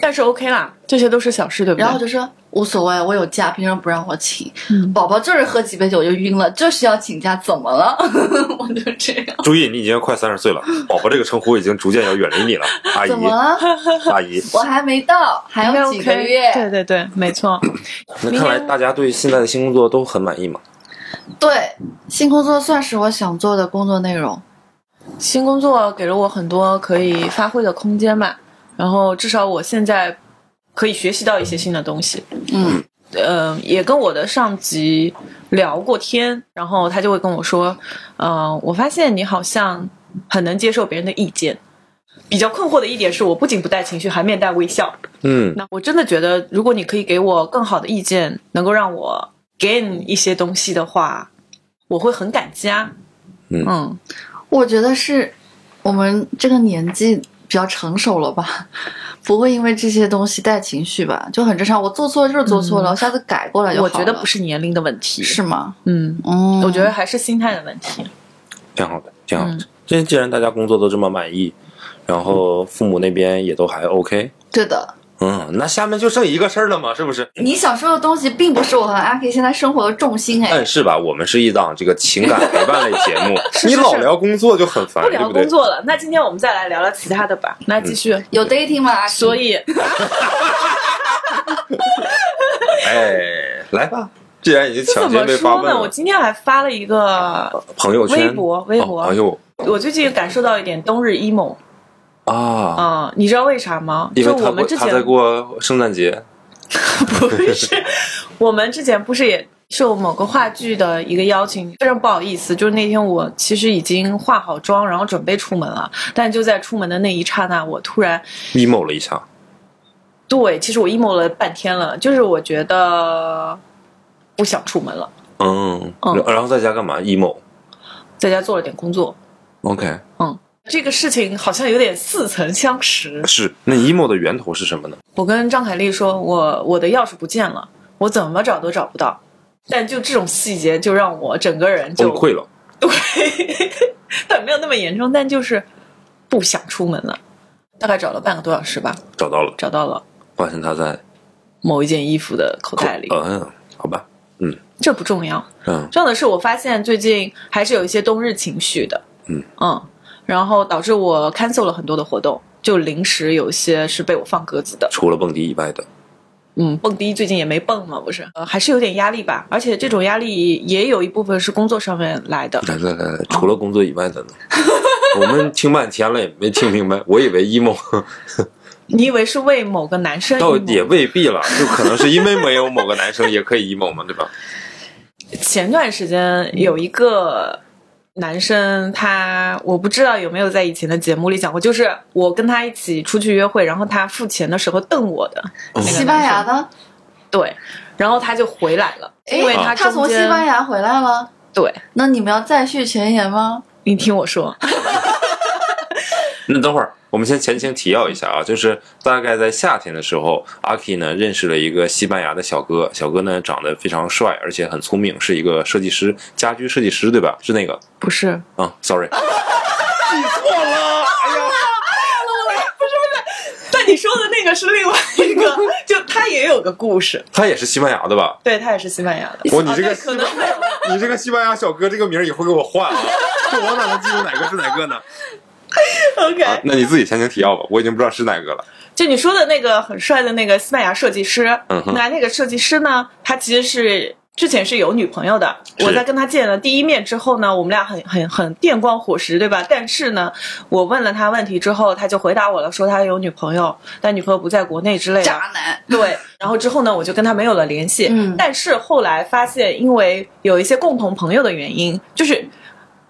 但是 OK 啦，这些都是小事，对不对？然后我就说无所谓，我有假，凭什么不让我请？嗯宝宝就是喝几杯酒就晕了，就是要请假，怎么了？ 我就这样，注意，你已经快三十岁了，宝宝这个称呼已经逐渐要远离你了，阿姨怎，么了？阿姨。我还没到，还哎应该有 OK，几个月。对对对，没错。那看来明天大家对现在的新工作都很满意嘛？对，新工作算是我想做的工作内容。新工作给了我很多可以发挥的空间吧，然后至少我现在可以学习到一些新的东西。嗯呃，也跟我的上级聊过天，然后他就会跟我说，呃，我发现你好像很能接受别人的意见。比较困惑的一点是我不仅不带情绪，还面带微笑。嗯，那我真的觉得，如果你可以给我更好的意见，能够让我 gain 一些东西的话，我会很感激啊。嗯嗯，我觉得是我们这个年纪比较成熟了吧， 不会因为这些东西带情绪吧，就很正常。我做错了就是做错了，嗯我下次改过来就好我了。觉得不是年龄的问题，是吗？嗯，嗯，我觉得还是心态的问题。啊挺好的，挺好的嗯。这、既然大家工作都这么满意，然后父母那边也都还 OK，对的。嗯，那下面就剩一个事儿了嘛，是不是？你想说的东西，并不是我和阿 K 现在生活的重心哎。但是吧，我们是一档这个情感陪伴类节 目，你老聊工作就很烦，不对聊不对嗯工？作了，那今天我们再来聊聊其他的吧。那继续，有 dating 吗？阿 K 所以哎，来吧，既然已经这抢 怎先么被发说问呢？我了，今天还发了一个，朋友圈、微博微博哦哎呦我最近感受到一点冬日 emo 啊，啊、你知道为啥吗？因就为他我们过之他前在过圣诞节，不是，我们之前不是也受某个话剧的一个邀请，非常不好意思，就是那天我其实已经化好妆，然后准备出门了，但就在出门的那一刹那，我突然 emo 了一下，对，其实我 emo 了半天了，就是我觉得不想出门了，嗯，嗯然后在家干嘛？emo。在家做了点工作， OK，嗯。这个事情好像有点似曾相识。是那 emo 的源头是什么呢？我跟张凯丽说，我我的钥匙不见了，我怎么找都找不到。但就这种细节，就让我整个人崩就溃了。对，但没有那么严重，但就是不想出门了。大概找了半个多小时吧，找到了，找到了发现他在某一件衣服的口袋里。嗯，好吧，这不重要，嗯，重要的是我发现最近还是有一些冬日情绪的。嗯然后导致我 cancel 了很多的活动，就临时有一些是被我放鸽子的。除了蹦迪以外的，嗯，蹦迪最近也没蹦嘛，不是，呃，还是有点压力吧。而且这种压力也有一部分是工作上面来的。来来来来，除了工作以外 的呢？我们听半天了也没听明白， 我以为 emo 你以为是为某个男 生倒一抹也未必了，就可能是因为没有某个男生也可以 emo 嘛，对 吧？前段时间有一个男生他，我不知道有没有在以前的节目里讲过，就是我跟他一起出去约会，然后他付钱的时候瞪我的，嗯那个西班牙男生呢？对，然后他就回来了，因为诶他他从中西间班牙回来了。对，那你们要再续前言吗？你听我说，那等会儿我们先前情提要一下啊，就是大概在夏天的时候，阿 K 呢认识了一个西班牙的小哥，小哥呢长得非常帅，而且很聪明，是一个设计师，家居设计师对吧？是那个不 是，啊、s o r r y 记错了，哎呀，但你说的那个是另外一个，就他也有个故事，他也是西班牙的吧？对他也是西班牙的。哦哇，你这啊个对可能西班牙你这个西班牙小哥这个名儿以后给我换 啊，这我哪能记住哪个是哪个呢？ OK，、啊，那你自己前情提要吧，我已经不知道是哪个了。就你说的那个很帅的那个西班牙设计师，嗯哼那那个设计师呢，他其实是。之前是有女朋友的，是我在跟他见了第一面之后呢，我们俩很很很电光火石，对吧？但是呢，我问了他问题之后，他就回答我了，说他有女朋友，但女朋友不在国内之类的。渣男，对，然后之后呢，我就跟他没有了联系。嗯但是后来发现，因为有一些共同朋友的原因，就是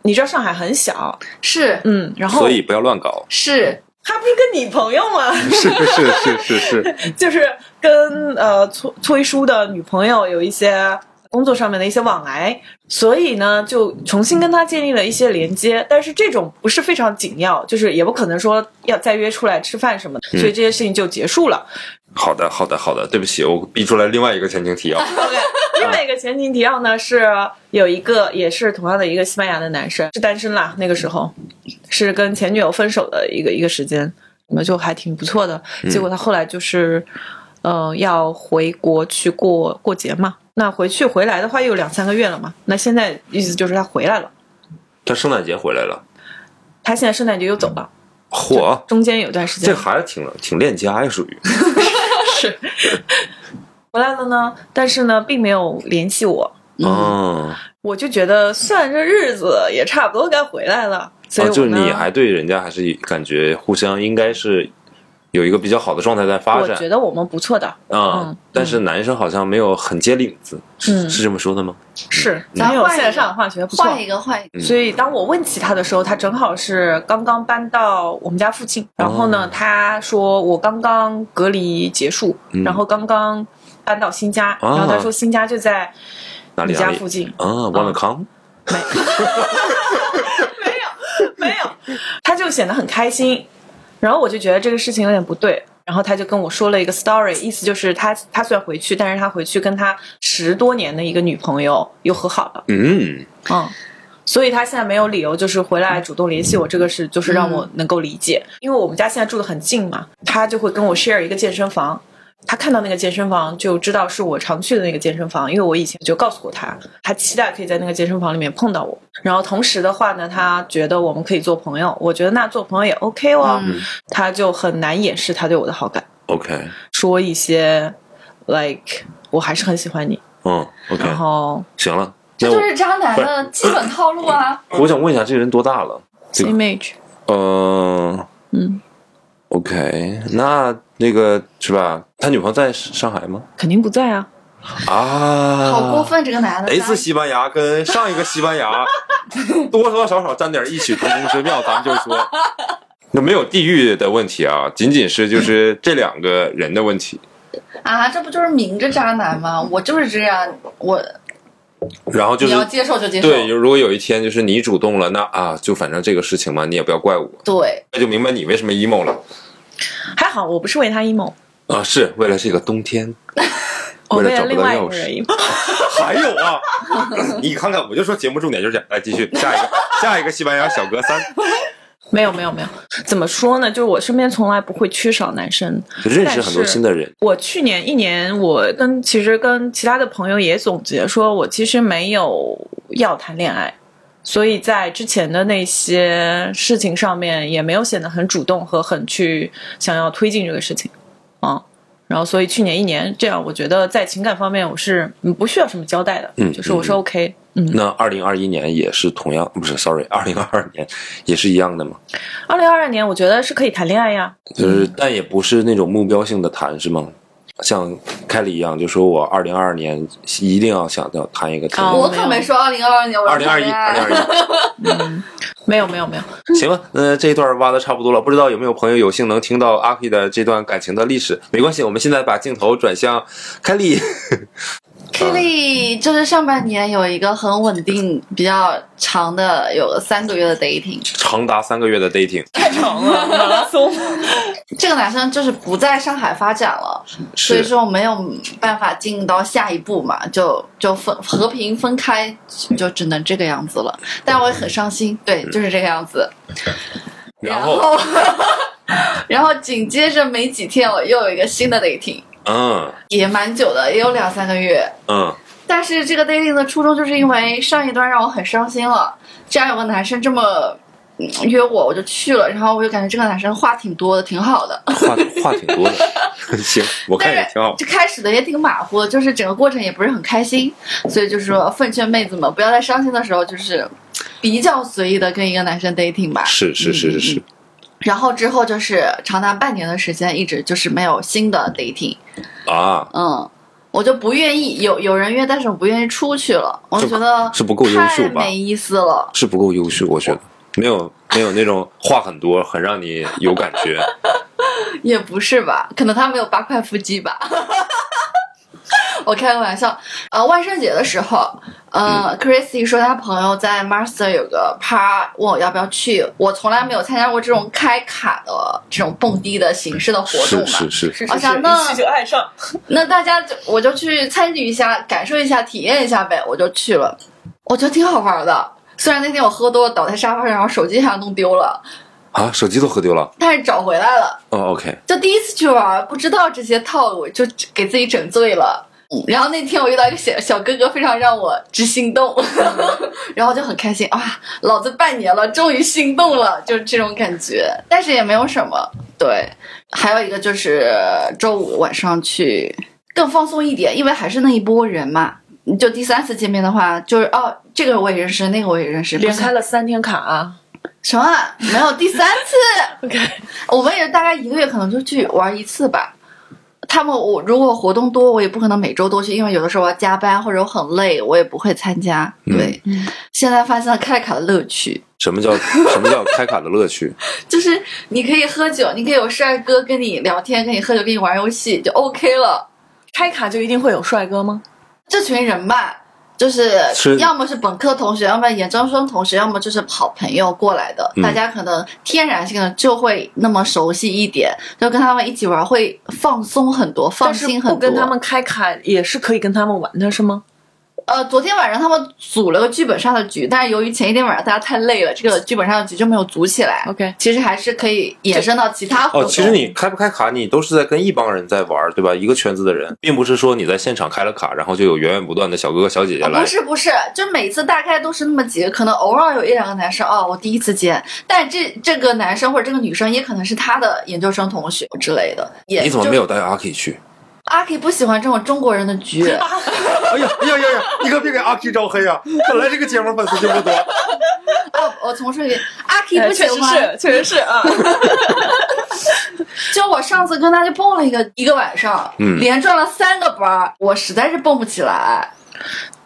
你知道上海很小，是嗯，然后所以不要乱 搞。是，他不是跟你朋友吗？是是是是是，就是跟呃崔崔叔的女朋友有一些工作上面的一些往来，所以呢，就重新跟他建立了一些连接。但是这种不是非常紧要，就是也不可能说要再约出来吃饭什么的，所以这些事情就结束了。好的好的好的，对不起，我逼出来另外一个前情提 要。OK，另外一个前情提要呢是有一个也是同样的一个西班牙的男生是单身啦，那个时候是跟前女友分手的一个一个时间，那就还挺不错的。嗯结果他后来就是，呃，要回国去过过节嘛。那回去回来的话又有两三个月了嘛。那现在意思就是他回来了，他圣诞节回来了，他现在圣诞节又走了，嚯，中间有段时间嗯这孩子挺挺恋家呀，属于。是回来了呢，但是呢并没有联系我，嗯，嗯，啊，我就觉得算这日子也差不多该回来了，所以我、啊哦就是你还对人家还是感觉互相应该是有一个比较好的状态在发我展觉得我们不错的，啊、嗯但是男生好像没有很接领子，是嗯是这么说的吗？是咱咱嗯有换一个线上化学不错。换一个换一个，嗯所以当我问起他的时候，他正好是刚刚搬到我们家附近。然后呢，哦他说我刚刚隔离结束，嗯然后刚刚搬到新家。啊然后他说新家就在哪里你哪家嗯里附近。啊？忘了康没有，他就显得很开心。然后我就觉得这个事情有点不对，然后他就跟我说了一个 story，意思就是他他虽然回去，但是他回去跟他十多年的一个女朋友又和好了，嗯，嗯。所以他现在没有理由就是回来主动联系我，这个是就是让我能够理解，因为我们家现在住的很近嘛，他就会跟我 share 一个健身房，他看到那个健身房就知道是我常去的那个健身房，因为我以前就告诉过他，他期待可以在那个健身房里面碰到我。然后同时的话呢，他觉得我们可以做朋友，我觉得那做朋友也 OK 哦，嗯他就很难掩饰他对我的好感， ，OK，说一些 like 我还是很喜欢你，嗯，OK，然后行了，这那就我是渣男的基本套路啊。我想问一下，这个人多大了？这个 image 呃，嗯，OK，那那个是吧？他女朋友在上海吗？肯定不在啊，啊，哎好过！分，这个男的哪渣次西班牙跟上一个西 班牙多多少少沾点异曲同工之妙，咱们就说，那没有地域的问题啊，仅仅是就是这两个人的问题。啊，这不就是明着渣男吗？我就是这样，我然后就你是要接受就接受，对，如果有一天就是你主动了，那啊，就反正这个事情嘛，你也不要怪我，对那就明白你为什么 emo 了还好我不是为他 emo，啊，是为了这个冬天，我为了为找了不另到外一钥个人匙。 emo， 还有 啊，你看看，我就说节目重点就是这样。来，继续下一个，下一个西班牙小哥三，没有没有没有，怎么说呢？就是我身边从来不会缺少男生，认识很多新的人，我去年一年，我跟其实跟其他的朋友也总结说，我其实没有要谈恋爱，所以在之前的那些事情上面也没有显得很主动和很去想要推进这个事情，啊，然后所以去年一年这样，我觉得在情感方面我是嗯不需要什么交代的，嗯就是我是嗯嗯 OK，嗯，那二零二一年也是同样，不是，sorry，二零二二年也是一样的嘛，二零二二年我觉得是可以谈恋爱呀，嗯就是但也不是那种目标性的谈，是吗？像凯里一样，就说我二零二二年一定要想要谈一个哦我可没说二零二二年我要二零二一，啊谈恋二爱零二一。没有没有没有，行吧，那、这一段挖的差不多了，不知道有没有朋友有幸能听到阿 K 的这段感情的历史？没关系，我们现在把镜头转向凯莉， K 这里就是上半年有一个很稳定、比较长的，有个三个月的 dating。 长达三个月的 dating，太长啊了，马拉 松。这个男生就是不在上海发展了，所以是说没有办法进到下一步嘛，就就分和平分开，就只能这个样子了。但我也很伤心，对，嗯就是这个样子。然后后，然后紧接着没几天，我又有一个新的 dating，嗯也蛮久的，也有两三个月。嗯但是这个 dating 的初衷就是因为上一段让我很伤心了，这样有个男生这么。嗯约我我就去了，然后我就感觉这个男生话挺多的，挺好的，话话挺多的， 行，我看但哦也是挺好。就开始的也挺马虎的，就是整个过程也不是很开心，所以就是说奉劝妹子们不要在伤心的时候就是比较随意的跟一个男生 dating 吧。是是是是是，然后之后就是长达半年的时间，一直就是没有新的 dating。啊，嗯，我就不愿意有有人约，但是我不愿意出去了，我就觉得是不够优秀太吧没意思了。是不够优秀，我觉得没有没有那种话很多，很让你有感 觉。也不是吧，可能他没有八块腹肌吧。 我开个玩笑，呃，万圣节的时候，呃、嗯 c h r i s t y 说他朋友在 Master 有个趴，问我要不要去。我从来没有参加过这种开卡的这种蹦迪的形式的活动是嘛，是是，我哦想呢一去就爱上，那大家就我就去参与一下，感受一下，体验一下呗，我就去了，我觉得挺好玩的。虽然那天我喝多了倒在沙发上，然后手机好像弄丢了，啊，手机都喝丢了。但是找回来了。哦，OK，就第一次去玩，不知道这些套路，就给自己整醉了。嗯然后那天我遇到一个小小哥哥，非常让我直心动， 然后就很开心啊，老子半年了，终于心动了，就是这种感觉。但是也没有什么，对。还有一个就是周五晚上去更放松一点，因为还是那一波人嘛。你就第三次见面的话，就是哦，这个我也认识，那个我也认识，连不是开了三天卡、啊什么没有第三 次。OK，我们也是大概一个月可能就去玩一次吧。他们我如果活动多，我也不可能每周都去，因为有的时候我要加班或者我很累，我也不会参加。对，嗯现在发现了开卡的乐趣，什么叫什么叫开卡的乐趣？就是你可以喝酒，你可以有帅哥跟你聊天，跟你喝酒，跟你玩游戏，就 OK 了。开卡就一定会有帅哥吗？这群人吧，就是是要么是本科同学，要么研究生同学，要么就是好朋友过来的，嗯大家可能天然性的就会那么熟悉一点，就跟他们一起玩会放松很多，放但是心很不多。跟他们开卡也是可以跟他们玩的，是吗？呃，昨天晚上他们组了个剧本杀的局，但是由于前一天晚上大家太累了，这个剧本杀的局就没有组起来。 OK 其实还是可以延伸到其他活哦，动。其实你开不开卡，你都是在跟一帮人在玩，对吧？一个圈子的人，并不是说你在现场开了卡，然后就有源源不断的小哥哥小姐姐啊来不。是不是，就每次大概都是那么几个，可能偶尔有一两个男生哦，我第一次见，但这这个男生或者这个女生也可能是他的研究生同学之类的。也你怎么就没有带阿 K 去？阿 K 不喜欢这种中国人的 局，哎呀哎呀呀呀！你可别给阿 K 招黑啊！本来这个节目粉丝就不多。哦，我重说一遍，阿 K 哎不喜确实欢。是，确实是 啊。就我上次跟他就蹦了一个一个晚上，嗯连转了三个班儿，我实在是蹦不起来。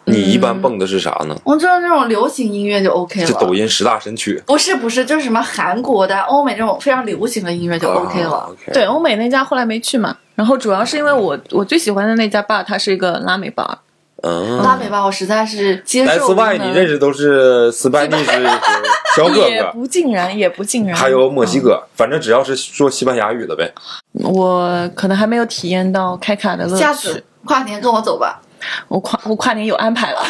你一般蹦的是啥呢？我知道那种流行音乐就 OK 了，就抖音十大神曲。不是不是，就是什么韩国的、欧美这种非常流行的音乐就 OK 了。啊 OK 对，欧美那家后来没去嘛，然后主要是因为我我最喜欢的那家 bar 它是一个拉美 bar，嗯，拉美吧，我实在是接来受自不外，能你认识都是斯班尼什 和小哥也哥，不尽然，也不尽然。还有墨西哥，反正只要是说西班牙语的呗。我可能还没有体验到开卡的乐趣。下次跨年跟我走吧。我跨我跨年有安排了，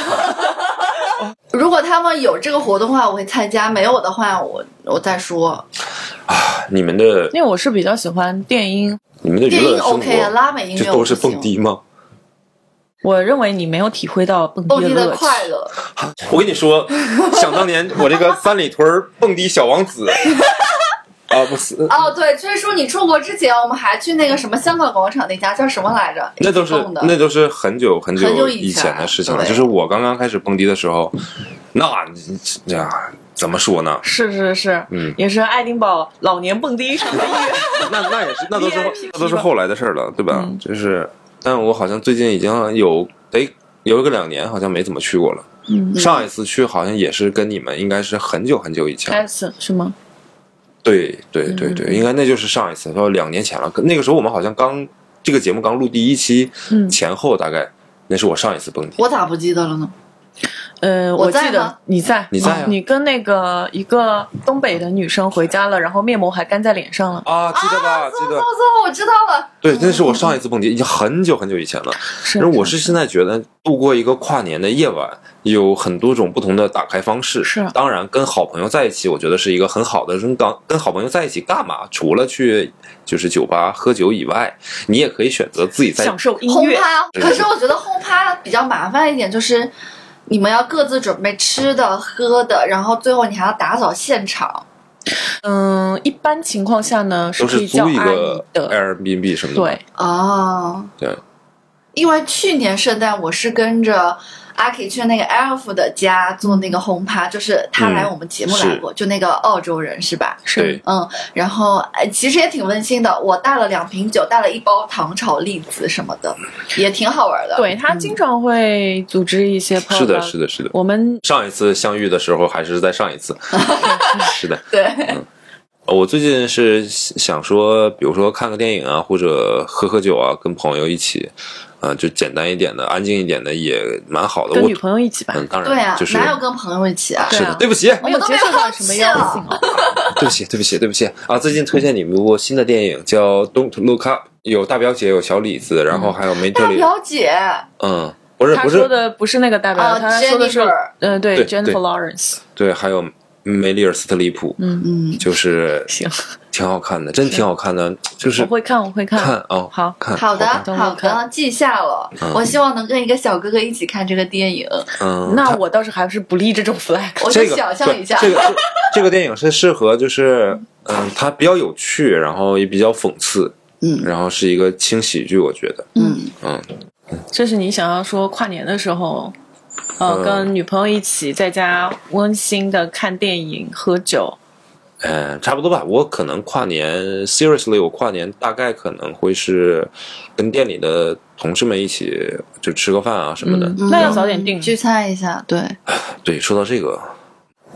如果他们有这个活动的话，我会参加；没有的话，我我再说。你们的因为我是比较喜欢电音。你们的娱电乐音生 OK，活拉美音就乐都是我不行蹦，迪吗？我认为你没有体会到蹦蹦迪的哦的乐趣。快乐。我跟你说，想当年我这个三里屯儿蹦迪小王子啊，不是，哦，对，崔叔，你出国之前，我们还去那个什么香港广场那家叫什么来着？那都是蹦的那都是很久很很久久以以前的前事情了。对就是我刚刚开始蹦迪的时候，那这呀怎么说呢？是是是，嗯也是爱丁堡老年蹦迪上的音乐。那那也是，那都是 VIP 那都是后来的事儿了，对吧？就是，但我好像最近已经有得有个两年，好像没怎么去过了。嗯上一次去好像也是跟你们，应该是很久很久以前。 S 哎是吗？对对对嗯对，应该那就是上一次，说两年前了。那个时候我们好像刚这个节目刚录第一期嗯前后，大概那是我上一次蹦迪，我咋不记得了呢？呃，我我记在吗得你在，你在啊哦你跟那个一个东北的女生回家了，然后面膜还干在脸上了。啊，记得吧？记哦得，哦，我知道了，对，那是我上一次蹦迪，已经很久很久以前了。嗯是但是我是现在觉得度过一个跨年的夜晚，有很多种不同的打开方式。是当然跟好朋友在一起，我觉得是一个很好的。跟当跟好朋友在一起干嘛？除了去就是酒吧喝酒以外，你也可以选择自己在享受音轰乐，趴。对可是我觉得轰趴比较麻烦一点，就是你们要各自准备吃的、喝的，然后最后你还要打扫现场。嗯，一般情况下呢都可是以叫租一阿个姨的， Airbnb 什么的。对，哦，对，因为去年圣诞我是跟着阿 K 去那个 Elf 的家做那个轰趴，就是他来嗯我们节目来是过，就那个澳洲人是吧？对是，嗯，然后哎，其实也挺温馨的。我带了两瓶酒，带了一包糖炒栗子什么的，也挺好玩的。对他嗯经常会组织一些朋友是的，是的，是的。我们上一次相遇的时候还是在上 一次，是的。呃对，我最近是想说，比如说看个电影啊，或者喝喝酒啊，跟朋友一起，呃，就简单一点的、安静一点的也蛮好的。跟我女朋友一起吧。嗯，当然，对啊，就是哪有跟朋友一起啊？是对的啊，对不起，我我们有都没接有受好到什么奇邀啊请啊？对不起，对不起，对不起啊！最近推荐你们一部新的电影叫《Don't Look Up》，有大表姐，有小李子，然后还有梅特大里，表姐，嗯，不是嗯他不说是，的不是那个代表，啊他说的是 Jennifer，呃，对对，Jennifer 对 Lawrence，对，还有梅丽尔·斯特里普，嗯，就是行，挺好看的，真挺好看的，就是我会看，我会看看。 哦，好看，好的，看等好我看的，记下了。嗯我希望能跟一个小哥哥一起看这个电影，嗯，那它我倒是还是不立这种 flag。我就这个想象一下。对这个这个电影是适合就是嗯，它比较有趣，然后也比较讽刺，嗯然后是一个轻喜剧，我觉得，嗯，嗯，这是你想要说跨年的时候，呃，嗯跟女朋友一起在家温馨的看电影、喝酒。呃，差不多吧。我可能跨年，seriously，我跨年大概可能会是跟店里的同事们一起就吃个饭啊什么的。嗯那要早点定聚餐一下。对，对，说到这个，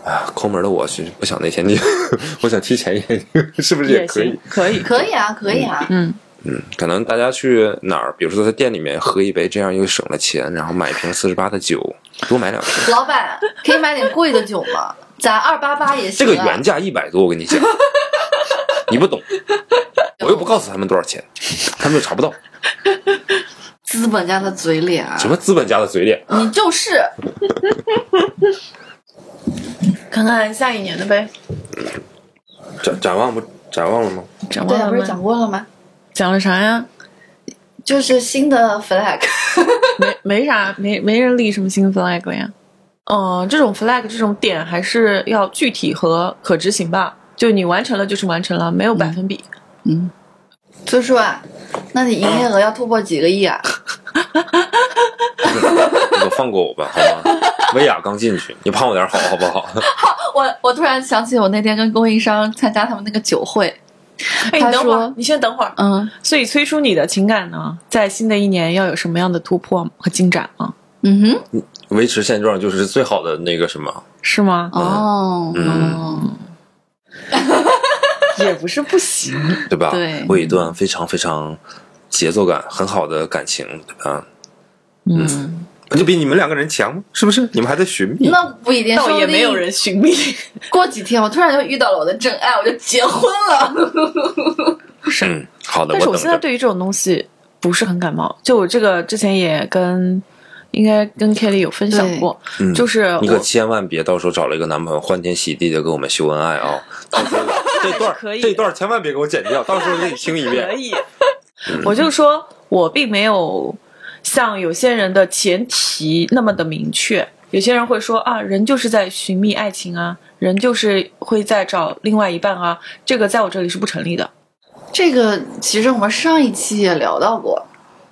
啊，抠门的我其实不想那天定， 我想提前一天 定，是不是也可以行？，可以，可以啊，可以啊。嗯，嗯，可能大家去哪儿，比如说在店里面喝一杯，这样又省了钱，然后买一瓶四十八的酒，多买两瓶。老板，可以买点贵的酒吗？咱二八八也这行啊。个原价一百多，我跟你讲，你不懂，我又不告诉他们多少钱，他们又查不到。资本家的嘴脸啊什，么资本家的嘴脸？你就是看看下一年的呗。展展望不展望了吗？展对啊，望不了是吗讲过了吗？讲了啥呀？就是新的 flag， 没没啥，没没人立什么新 flag 了呀。嗯、这种 flag 这种点还是要具体和可执行吧。就你完成了就是完成了，没有百分比。崔叔啊，那你营业额要突破几个亿啊？你可放过我吧，好吗？薇娅刚进去，你盼我点好，好不好？ 我我突然想起我那天跟供应商参加他们那个酒会，哎，他你等会说儿，你先等会儿。嗯所以催出你的情感呢，在新的一年要有什么样的突破和进展吗？嗯哼，维持现状就是最好的那个什么。是吗？哦，嗯也不是不行。对吧？对我有一段非常非常节奏感很好的感情，对吧？嗯，就比你们两个人强，是不是？你们还在寻觅？那不一定，倒说也不定没有人寻觅，过几天我突然就遇到了我的真爱，我就结婚了。嗯，好的，但是我等现在着。对于这种东西不是很感冒。就我这个之前也跟，应该跟 Kelly 有分享过，嗯就是你可我千万别到时候找了一个男朋友，欢天喜地的跟我们秀恩爱啊、 到时候这段可以这段千万别给我剪掉，到时候给你听一可遍。 以，我就说我并没有像有些人的前提那么的明确。有些人会说啊，人就是在寻觅爱情啊，人就是会在找另外一半啊，这个在我这里是不成立的。这个其实我们上一期也聊到过，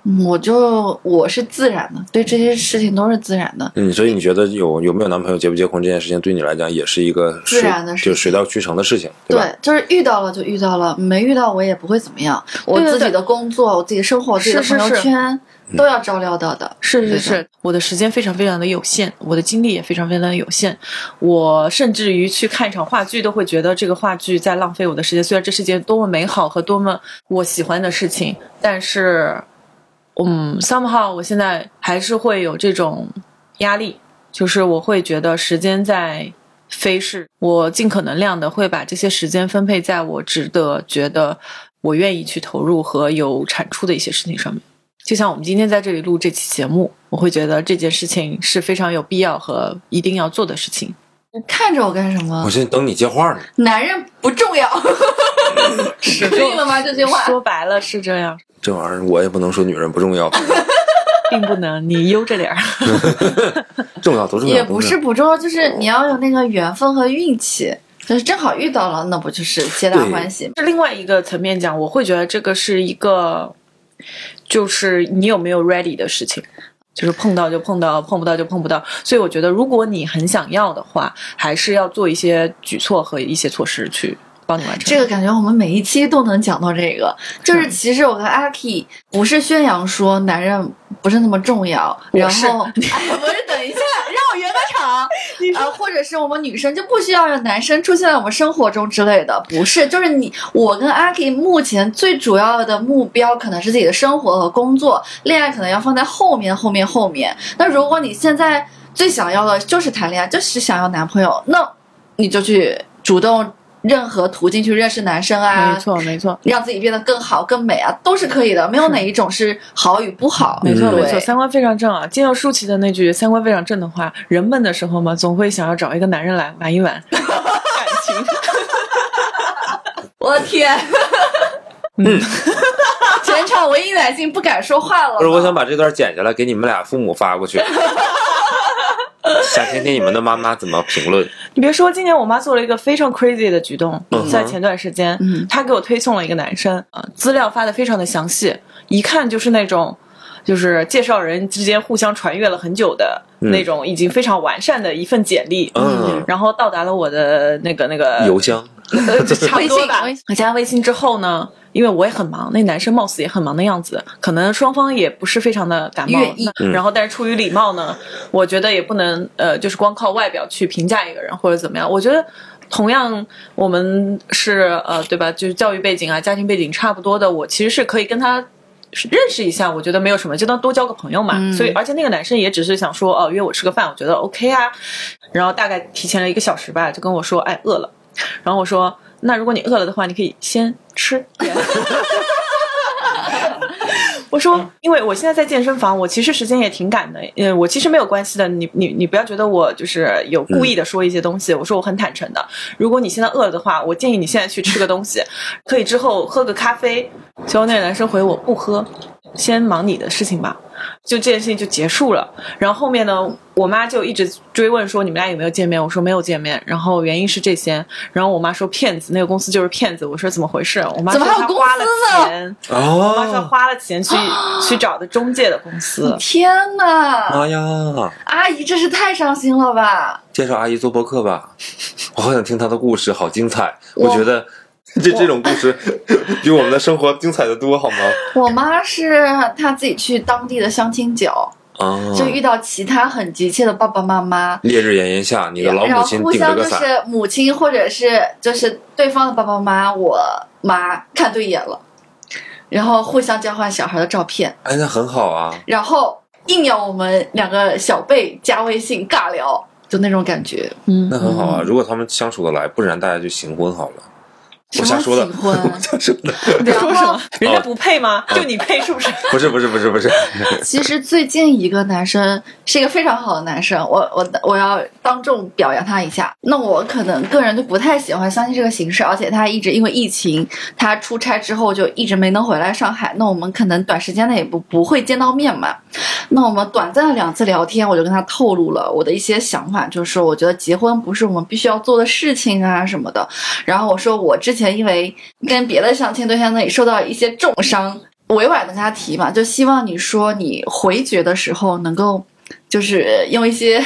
嗯，我就我是自然的，对这些事情都是自然的，嗯，所以你觉得有有没有男朋友、结不结婚这件事情，对你来讲也是一个自水然的事情就水到渠成的事情，对吧？对，就是遇到了就遇到了，没遇到我也不会怎么样。我对对自己对的工作、我自己的生活、我自己的是朋是嗯友是圈都要照料到的。是对的是是，我的时间非常非常的有限，我的精力也非常非常的有限，我甚至于去看一场话剧都会觉得这个话剧在浪费我的时间。虽然这是件多么美好和多么我喜欢的事情，但是嗯，somehow 我现在还是会有这种压力，就是我会觉得时间在飞逝，我尽可能量的会把这些时间分配在我值得、觉得我愿意去投入和有产出的一些事情上面。就像我们今天在这里录这期节目，我会觉得这件事情是非常有必要和一定要做的事情。你看着我干什么我？现在等你接话呢。男人不重要， 是对了吗？这句话说白了是这样，这玩意儿我也不能说女人 不重要，并不能你悠着点儿。 重要都重要。也不是不重要，就是你要有那个缘分和运气，就是正好遇到了，那不就是皆大对欢喜吗？是另外一个层面讲，我会觉得这个是一个，就是你有没有 ready 的事情，就是碰到就碰到，碰不到就碰不到。所以我觉得，如果你很想要的话，还是要做一些举措和一些措施去帮你完成。这个感觉我们每一期都能讲到这个，就是是其实我跟阿 K 不是宣扬说男人不是那么重要，我然是后哎，不是等一下，让我圆个场，呃，或者是我们女生就不需要让男生出现在我们生活中之类的，不是，就是你我跟阿 K 目前最主要的目标可能是自己的生活和工作，恋爱可能要放在后面后面后面。那如果你现在最想要的就是谈恋爱，就是想要男朋友，那你就去主动任何途径去认识男生啊，没错，没错，让自己变得更好、更美啊，都是可以的，没有哪一种是好与不好。哦没错，嗯对没错。三观非常正啊！金佑舒淇的那句“三观非常正”的话，人闷的时候嘛，总会想要找一个男人来玩一 玩感情。我的天，嗯， 全场唯一男性不敢说话了。不是，我想把这段剪下来给你们俩父母发 过去，想听听你们的妈妈怎么评论。你别说，今年我妈做了一个非常 crazy 的举动，嗯哼在前段时间，嗯她给我推送了一个男生，呃，资料发的非常的详细，一看就是那种，就是介绍人之间互相传阅了很久的嗯那种，已经非常完善的一份简历，嗯，然后到达了我的那个那个邮箱，呃， 就差不多吧微信微信。我加微信之后呢，因为我也很忙，那男生貌似也很忙的样子，可能双方也不是非常的感冒愿意。那然后，但是出于礼貌呢，我觉得也不能呃，就是光靠外表去评价一个人或者怎么样。我觉得。同样，我们是呃，对吧？就是教育背景啊、家庭背景差不多的，我其实是可以跟他认识一下，我觉得没有什么，就当多交个朋友嘛。嗯所以，而且那个男生也只是想说，哦、约我吃个饭，我觉得 OK 啊。然后大概提前了一个小时吧，就跟我说，哎，饿了。然后我说，那如果你饿了的话，你可以先吃 点。我说，因为我现在在健身房，我其实时间也挺赶的，嗯，我其实没有关系的，你你你不要觉得我就是有故意的说一些东西，我说我很坦诚的。如果你现在饿了的话，我建议你现在去吃个东西，可以之后喝个咖啡。结果那个男生回我不喝，先忙你的事情吧。就这件事情就结束了。然后后面呢，我妈就一直追问说你们俩有没有见面？我说没有见面。然后原因是这些。然后我妈说骗子，那个公司就是骗子。我说怎么回事？啊我妈怎么说还有她花了公司呢钱，我妈说她哦，花了钱去去找的中介的公司。天哪，妈呀！阿姨真是太伤心了吧！介绍阿姨做播客吧，我好想听她的故事，好精彩！我我觉得这这种故 事比我们的生活精彩的多，好吗？我妈是她自己去当地的相亲角，嗯啊，就遇到其他很急切的爸爸妈妈，烈日炎炎下，你的老然母后亲互顶着相就个伞，是母亲或者是就是对方的爸爸妈妈，我妈看对眼了，然后互相交换小孩的照片，哎，那很好啊。然后一秒我们两个小辈加微信尬聊，就那种感觉。嗯 那很好啊，如果他们相处得来，不然大家就行婚好了。我瞎什说么的喜，欢，然然 说什后么？人家不配吗？就你配是不是？不是不是不是不是， 其实最近一个男生是一个非常好的男生，我我我要当众表扬他一下。那我可能个人就不太喜欢相亲这个形式，而且他一直因为疫情，他出差之后就一直没能回来上海。那我们可能短时间内也不不会见到面嘛。那我们短暂的两次聊天，我就跟他透露了我的一些想法，就是说我觉得结婚不是我们必须要做的事情啊什么的。然后我说我之前因为跟别的相亲对象那里受到一些重伤，委婉的跟他提嘛，就希望你说你回绝的时候能够，就是用一些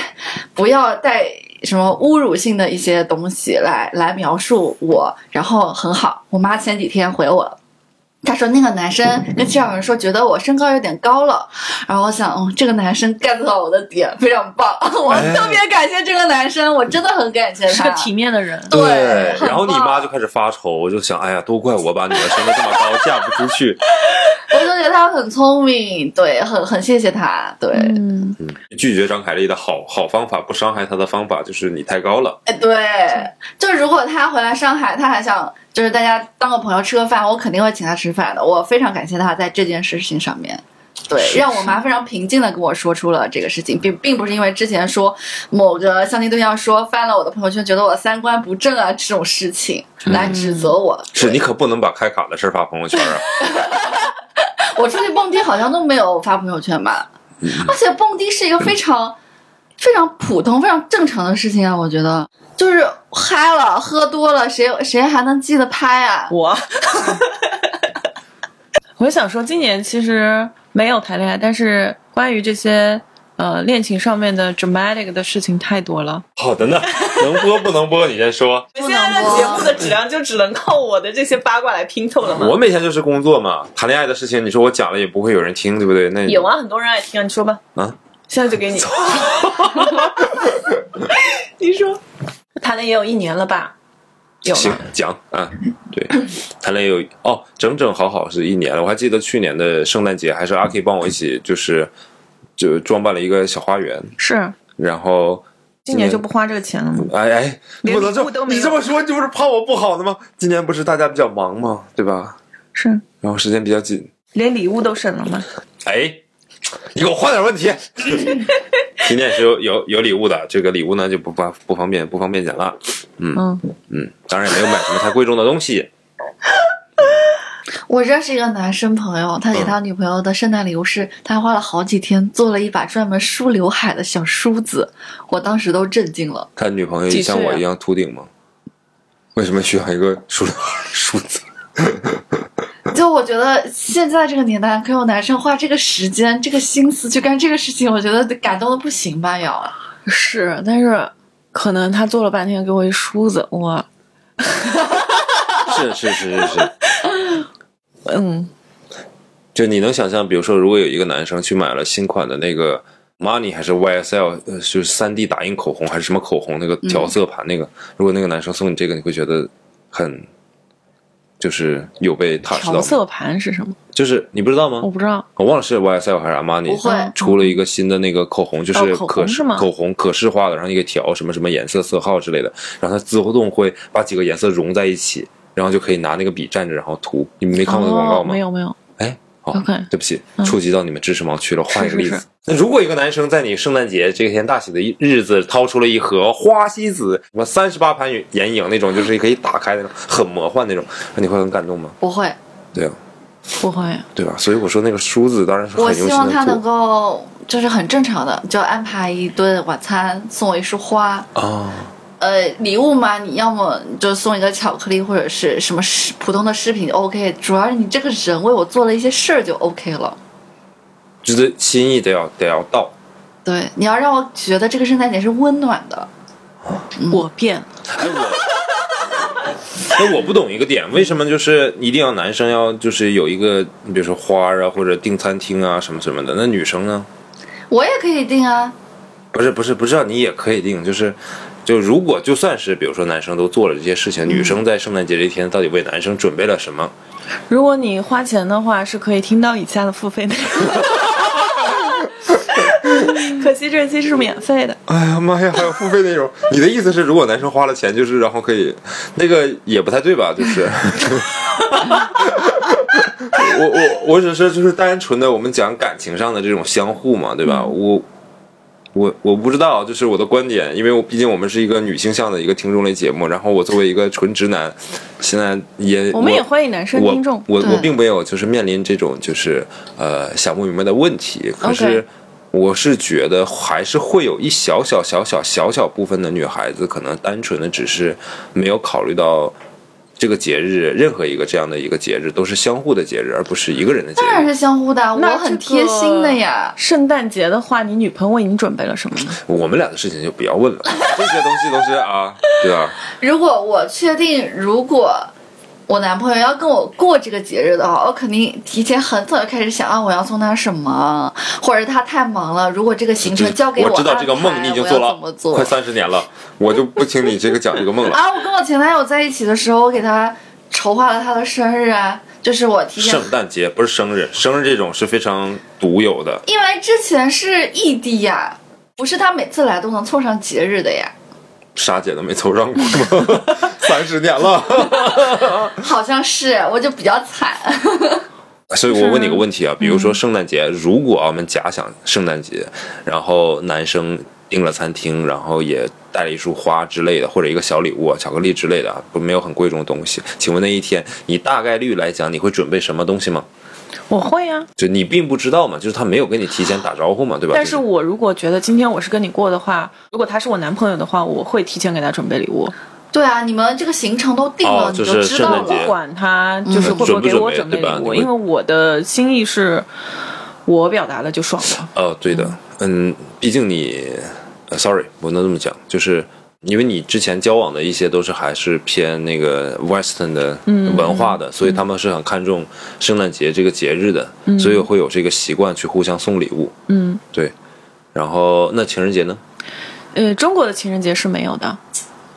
不要带什么侮辱性的一些东西来来描述我，然后很好。我妈前几天回我了。他说那个男生跟介绍人说觉得我身高有点高了，然后我想，哦，这个男生 get 到我的点，非常棒， 我哎特别感谢这个男生，我真的很感谢 他。是个体面的人。对很棒然后你妈就开始发愁，我就想，哎呀，都怪我把女儿生的这么高，嫁不出去。我就觉得他很聪明，对，很很谢谢他，对，嗯，拒绝张凯丽的好好方法，不伤害她的方法就是你太高了。哎，对，就如果他回来上海，他还想就是大家当个朋友吃个饭，我肯定会请他吃饭的。我非常感谢他在这件事情上面，对，是让我妈非常平静的跟我说出了这个事情，并并不是因为之前说某个相亲对象说翻了我的朋友圈，觉得我三观不正啊这种事情来指责我。是你可不能把开卡的事儿发朋友圈啊！ 我出去蹦迪好像都没有发朋友圈吧，而且蹦迪是一个非常。非常普通、非常正常的事情啊，我觉得就是嗨了、喝多了，谁谁还能记得拍啊？我， 我就想说，今年其实没有谈恋爱，但是关于这些呃恋情上面的 dramatic 的事情太多了。好的呢，能播不能播你先说。现在的节目的质量就只能靠我的这些八卦来拼凑了吗？我每天就是工作嘛，谈恋爱的事情，你说我讲了也不会有人听，对不对？那有啊，很多人爱听啊，你说吧。啊，现在就给你。你说，谈了也有一年了吧？有行吗？讲啊，对，谈恋爱有哦，整整好好是一年了。我还记得去年的圣诞节，还是阿 K 帮我一起，就是就装扮了一个小花园，是，然后今年就不花这个钱了吗？哎哎，连不能礼物这都么没有你这么说，你不是怕我不好的吗？今年不是大家比较忙吗？对吧？是，然后时间比较紧，连礼物都省了吗？哎，你给我换点问题。 今年是有有有礼物的，这个礼物呢就不方不方便不方便讲了。嗯，嗯，当然也没有买什么太贵重的东西。我认识一个男生朋友，他给他女朋友的圣诞礼物是，他花了好几天做了一把专门梳刘海的小梳子，我当时都震惊了。他女朋友几岁啊像我一样秃顶吗？为什么需要一个梳 梳子？就我觉得现在这个年代，可以有男生花这个时间、这个心思去干这个事情，我觉得感动的不行吧？要是，但是可能他做了半天给我一梳子，我是是是是是，嗯，就你能想象，比如说，如果有一个男生去买了新款的那个 Money 还是 YSL，呃，就是三 D 打印口红还是什么口红那个调色盘那个，如果那个男生送你这个，你会觉得很就是有被 touch 调到吗，色哦盘是什么？就是你不知道吗？我不知道。我忘了是 YSL 还是 Armani，不会出了一个新的那个口红，就是哦口红可视、是吗口红可视化的，然后你可以调什么什么颜色、色号之类的，然后它自动会把几个颜色融在一起，然后就可以拿那个笔蘸着然后涂。你们没看过那个广告哦吗？没。有没有，哎，好 OK 对不起，嗯触及到你们知识盲区了，换一个例子。是是那如果一个男生在你圣诞节这天大喜的日子，掏出了一盒花西子，什么三十八盘眼影那种，就是可以打开的那种，很魔幻那种，啊那你会很感动吗？不会，对啊，不会。对吧？所以我说那个梳子当然是很我用心希的望他做能够就是很正常的，就安排一顿晚餐，送我一束花。啊。呃，礼物嘛，你要么就送一个巧克力或者是什么饰普通的饰品，OK。主要是你这个人为我做了一些事儿就 OK 了。就是心意得要得要到。对，你要让我觉得这个圣诞节是温暖的。我变了，哎我，那我不懂一个点，为什么就是一定要男生要就是有一个，你比如说花啊，或者订餐厅啊什么什么的，那女生呢？我也可以定啊，不是不是不是，你也可以定，就是。就如果就算是比如说男生都做了这些事情，女生在圣诞节这一天到底为男生准备了什么？如果你花钱的话，是可以听到以下的付费内容。 可惜这期是免费的，哎呀妈呀，还有付费内 容！你的意思是，如果男生花了钱，就是然后可以，那个也不太对吧？ 就是，我我我只是就是单纯的我们讲感情上的这种相互嘛，对吧？我我我不知道，就是我的观点，因为我毕竟我们是一个女性向的一个听众类节目，然后我作为一个纯直男，现在也我们也欢迎男生我听众。我对我并没有就是面临这种就是呃想不明白的问题，可是 OK 我是觉得还是会有一小小小小小小部分的女孩子，可能单纯的只是没有考虑到。这个节日，任何一个这样的一个节日，都是相互的节日，而不是一个人的节当然日。是相互的啊，那我很这个贴心的呀。圣诞节的话，你女朋友为你准备了什么呢？我们俩的事情就不要 啊问了，这些东西都是啊，对吧？如果我确定，如果我男朋友要跟我过这个节日的话，我肯定提前很早就开始想啊，我要送他什么，或者他太忙了，如果这个行程交给我知道安这个梦排你已经我做要了怎么做快三十年了，我就不听你这个讲这个梦了。啊！我跟我前男友在一起的时候，我给他筹划了他的生日啊，就是我提前圣诞节不是生日，生日这种是非常独有的。因为之前是异地呀，不是他每次来都能凑上节日的呀，莎姐都没凑上过， 三十年了。好像是，我就比较惨。所以我问你个问题啊，比嗯如说圣诞节，如果啊我们假想圣诞节，然后男生订了餐厅，然后也带了一束花之类的，或者一个小礼物、啊、巧克力之类的啊，不没有很贵重的东西。请问那一天，你大概率来讲，你会准备什么东西吗？我会啊呀、就你并不知道嘛，就是他没有跟你提前打招呼嘛，对吧？但是就我如果觉得今天我是跟你过的话，如果他是我男朋友的话，我会提前给他准备礼物，对啊，你们这个行程都定了，哦就你就是知道圣诞了节嗯不。管他就是会准会不给我准准备备对吧礼物，你会因为我的心意是我表达了就爽了。呃，对的，嗯，毕竟你、呃、，sorry，不能这么讲，就是因为你之前交往的一些都是还是偏那个 Western 的嗯文化的，所以他们是很看重圣诞节这个节日的，所以会有这个习惯去互相送礼物。嗯，对。然后那情人节呢？呃，中国的情人节是没有的。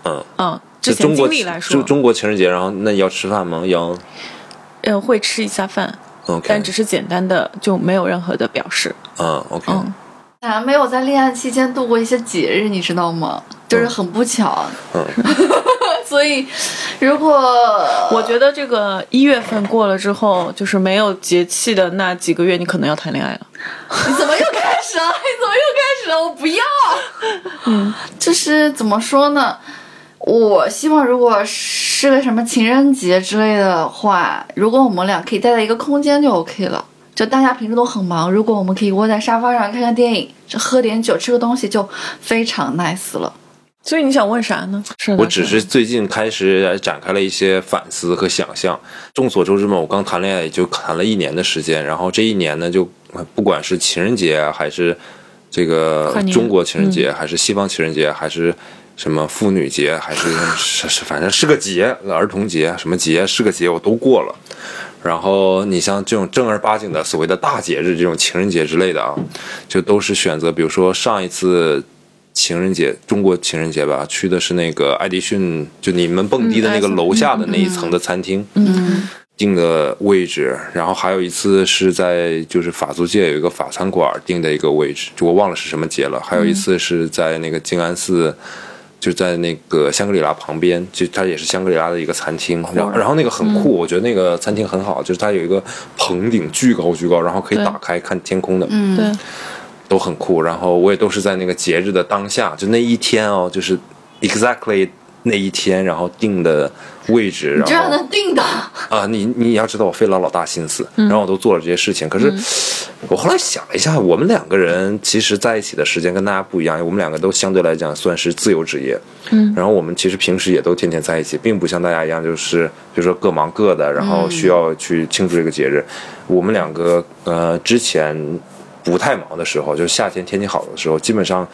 嗯嗯，之就中前国经历来就说，中国情人节，然后那要吃饭吗？要呃，会吃一下饭， OK，但只是简单的，就没有任何的表示。嗯 OK，嗯，咱没有在恋爱期间度过一些节日，你知道吗？就是很不巧，嗯， 所以如果我觉得这个一月份过了之后，就是没有节气的那几个月，你可能要谈恋爱了。你怎么又开始了？你怎么又开始了？我不要。嗯， 就是怎么说呢？我希望如果是个什么情人节之类的话，如果我们俩可以待在一个空间就 OK 了。就大家平时都很忙，如果我们可以窝在沙发上看看电影，就喝点酒、吃个东西，就非常 nice 了。所以你想问啥呢？是的，我只的是最近开始呃展开了一些反思和想象。众所周知嘛，我刚谈恋爱也就谈了一年的时间，然后这一年呢，就呃不管是情人节啊还是这个跨年嗯中国情人节，还是西方情人节，还是什么妇女节，还是是是，反正是个节，儿童节什么节是个节，我都过了。然后你像这种正儿八经的所谓的大节日，这种情人节之类的啊，就都是选择，比如说上一次情人节，中国情人节吧，去的是那个爱迪逊，就你们蹦迪的那个嗯楼下的那一层的餐厅，嗯定的位置。然后还有一次是在就是法租界有一个法餐馆定的一个位置，就我忘了是什么节了。还有嗯一次是在那个静安寺。就在那个香格里拉旁边，就它也是香格里拉的一个餐厅，然后然后那个嗯很酷，我觉得那个餐厅很好，就是它有一个棚顶巨高巨高，然后可以对打开看天空的，嗯，对，都很酷。然后我也都是在那个节日的当下，就那一天哦，就是 exactly 那一天，然后定的位置，这然样后能定的。啊，你你要知道，我费了老大心思，然后我都做了这些事情。可是我后来想了一下，我们两个人其实在一起的时间跟大家不一样，我们两个都相对来讲算是自由职业。嗯，然后我们其实平时也都天天在一起，并不像大家一样，就是比如说各忙各的，然后需要去庆祝这个节日。我们两个呃之前不太忙的时候，就是夏天天气好的时候，基本上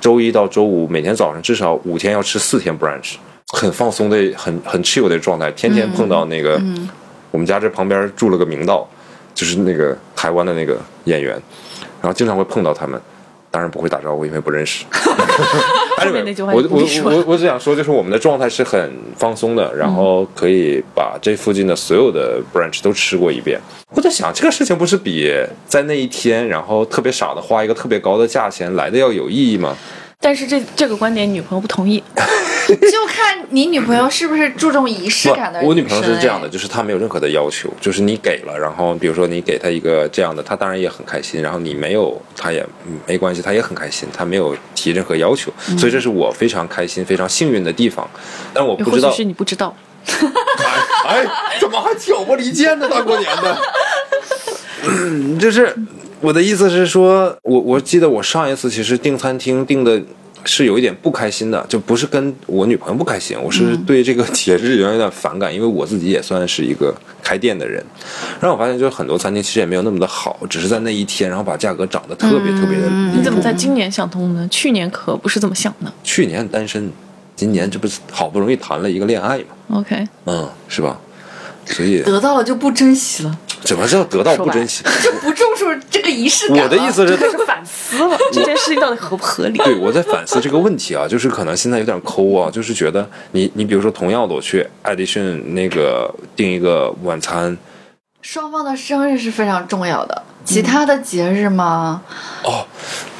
周一到周五每天早上至少五天要吃四天 brunch。很放松的、很很 chill 的状态，天天碰到那个、我们家这旁边住了个明道，就是那个台湾的那个演员，然后经常会碰到他们，当然不会打招呼，因为不 认识。后面那句话我就不我必说了我我只想说，就是我们的状态是很放松的，然后可以把这附近的所有的 branch 都吃过一遍。我在想，这个事情不是比在那一天，然后特别傻的花一个特别高的价钱来的要有意义吗？但是这这个观点女朋友不同意。 就看你女朋友是不是注重仪式感的不，我女朋友是生这样的，哎，就是她没有任何的要求，就是你给了，然后比如说你给她一个这样的，她当然也很开心，然后你没有，她也嗯没关系，她也很开心，她没有提任何要求，嗯所以这是我非常开心、非常幸运的地方。但我不或知许道，是你不知道， 哎，哎怎么还挑拨离间呢？大过年的，嗯就是我的意思是说，我我记得我上一次其实订餐厅订的。是有一点不开心的，就不是跟我女朋友不开心，我是对这个节日有点反感，因为我自己也算是一个开店的人。然后我发现，就是很多餐厅其实也没有那么的好，只是在那一天，然后把价格涨得特别特别的。嗯你怎么在今年想通呢？去年可不是这么想的。去年单身，今年这不是好不容易谈了一个恋爱嘛？ OK，嗯，是吧？所以得到了就不珍惜了， 怎么叫得到不珍惜？就不重视这个仪式感了。我的意 思是，开始反思了，这件事情到底合不合理？对，我在反思这个问题啊，就是可能现在有点抠啊，就是觉得你你比如说同样的，我去 Edition 那个订一个晚餐，双方的生日是非常重要的，嗯其他的节日嘛，哦，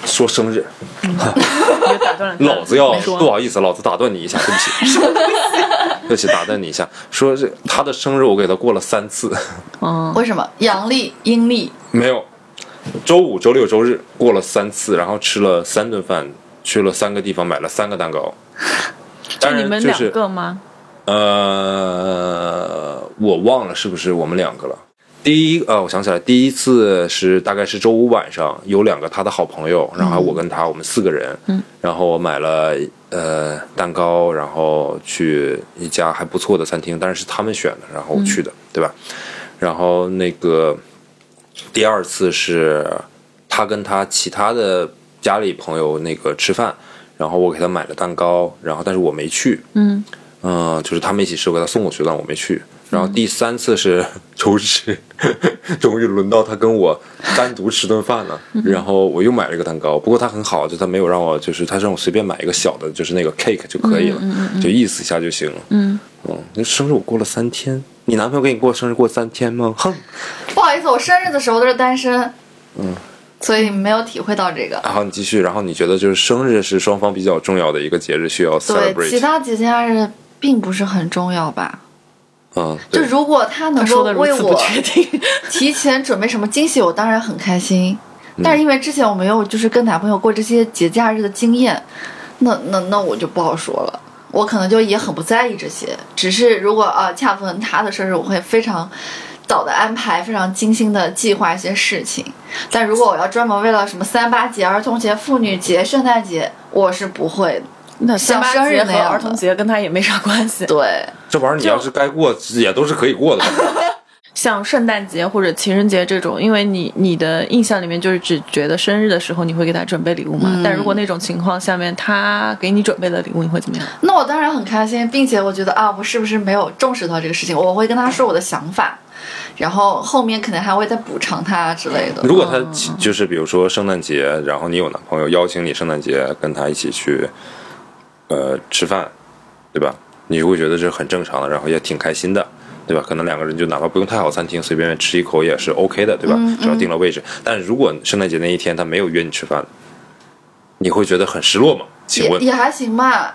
说生日，你就打断了他，老子要没说不好意思，老子打断你一下，对不 起，对不起，打断你一下，说是他的生日我给他过了三次，嗯，为什么阳历、阴历没有，周五、周六、周日过了三次，然后吃了三顿饭，去了三个地方，买了三个蛋糕。当你然们就两是个吗？呃，我忘了是不是我们两个了。第一呃，我想起来，第一次是大概是周五晚上，有两个他的好朋友，然后还有我跟他，我们四个人，嗯然后我买了呃蛋糕，然后去一家还不错的餐厅，但是是他们选的，然后我去的，对吧？然后那个第二次是他跟他其他的家里朋友那个吃饭，然后我给他买了蛋糕，然后但是我没去，嗯，嗯，就是他们一起吃，我给他送过去，但我没去。然后第三次是 周日，终于轮到他跟我单独吃顿饭了。嗯然后我又买了一个蛋糕，不过他很好，就他没有让我，就是他让我随便买一个小的，就是那个 cake 就可以嗯了，就意思一下就行了。嗯嗯，那生日我过了三天，你男朋友给你过生日过三天吗？哼，不好意思，我生日的时候都是单身，嗯，所以没有体会到这个。然后你继续，然后你觉得就是生日是双方比较重要的一个节日，需要对，其 celebrate。他节假日并不是很重要吧？嗯，就对，如果他能他够说的如为此不我确定，提前准备什么惊喜，我当然很开心。但是因为之前我没有就是跟男朋友过这些节假日的经验，那那那我就不好说了。我可能就也很不在意这些，只是如果啊恰逢他的生日，我会非常早的安排，非常精心的计划一些事情。但如果我要专门为了什么三八节、儿童节、妇女节、圣诞节，我是不会的。那三像八生日节那和样儿的童节跟他也没啥关系。对，这玩意儿你要是该过，也都是可以过的吧。像圣诞节或者情人节这种，因为你你的印象里面就是只觉得生日的时候你会给他准备礼物嘛，嗯但如果那种情况下面他给你准备了礼物，你会怎么样？那我当然很开心，并且我觉得啊，我是不是没有重视到这个事情？我会跟他说我的想法，然后后面可能还会再补偿他之类的。如果他其就是比如说圣诞节，然后你有男朋友邀请你圣诞节跟他一起去，呃，吃饭，对吧？你就会觉得这是很正常的，然后也挺开心的，对吧？可能两个人就哪怕不用太好餐厅，随便吃一口也是 OK 的，对吧？只要定了位置。但如果圣诞节那一天他没有约你吃饭，你会觉得很失落吗？请也问，也还行吧，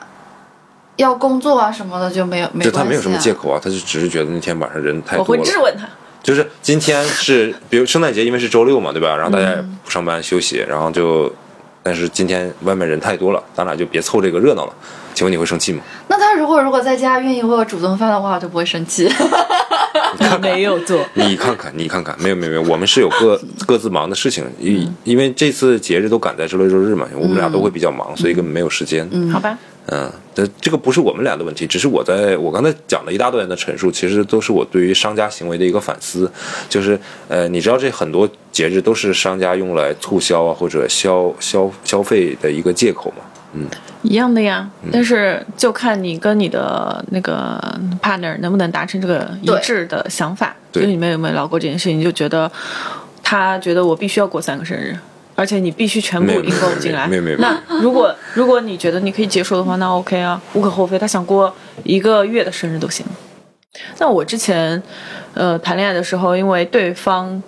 要工作啊什么的就没有没就关系、啊。他没有什么借口啊，他就只是觉得那天晚上人太我多会了。质问他， 就是今天 是，比如圣诞节，因为是周六嘛，对吧？然后大家也嗯不上班休息，然后就，但是今天外面人太多了，咱俩就别凑这个热闹了。请问你会生 气吗？那他如果如果在家愿意为我煮顿饭的话，我就不会生 气。你没有做。你看看，你看看，没有没有没有，我们是有 各各自忙的事情，因因为这次节日都赶在周六周日嘛，我们俩都会比较忙，所以根本没有时间。嗯好吧，嗯，这这个不是我们俩的问题，只是我在我刚才讲了一大段的陈述，其实都是我对于商家行为的一个反思。就是呃，你知道这很多节日都是商家用来促销啊或者消消消费的一个借口嘛。一样的呀，嗯但是就看你跟你的那个 partner 能不能达成这个一致的想法。对就你们有没有聊过这件事情？你就觉得他觉得我必须要过三个生日，而且你必须全部没有引购进来。没有没有没有那 如果如果你觉得你可以接受的话，那 OK 啊，无可厚非。他想过一个月的生日都行。那我之前呃谈恋爱的时候，因为对方。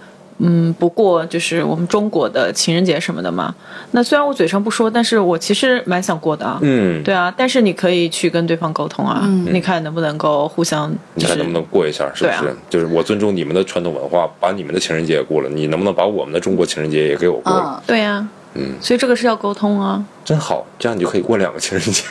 嗯，不过就是我们中国的情人节什么的嘛。那虽然我嘴上不说，但是我其实蛮想过的啊。嗯，对啊，但是你可以去跟对方沟通啊，你看能不能够互相你就看是能不能过一下，是对不是？啊就是我尊重你们的传统文化，把你们的情人节也过了，你能不能把我们的中国情人节也给我过了？嗯，对呀、嗯所以这个是要沟通啊。真好，这样你就可以过两个情人节。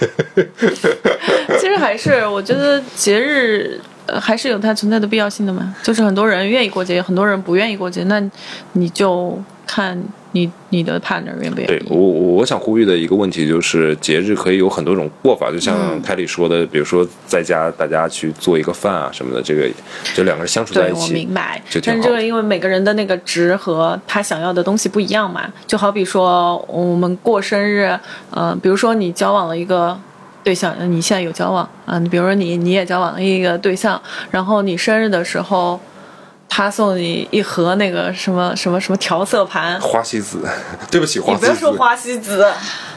其实还是我觉得节日。呃还是有它存在的必要性的嘛，就是很多人愿意过节，很多人不愿意过节，那你就看你你的 partner 愿不愿对意。我，我我想呼吁的一个问题就是，节日可以有很多种过法，就嗯像凯里说的，比如说在家大家去做一个饭啊什么的，这个就两个人相处在对，一我起明，白就。挺但好是这个因为每个人的那个值和他想要的东西不一样嗯嘛，就好比说我们过生日，呃，比如说你交往了一个对象，呃你现在有交往啊？你比如说你你也交往了一个对象，然后你生日的时候，他送你一盒那个什么什么什么调色盘，花西子， 对不起，花你西不子，要说花西子，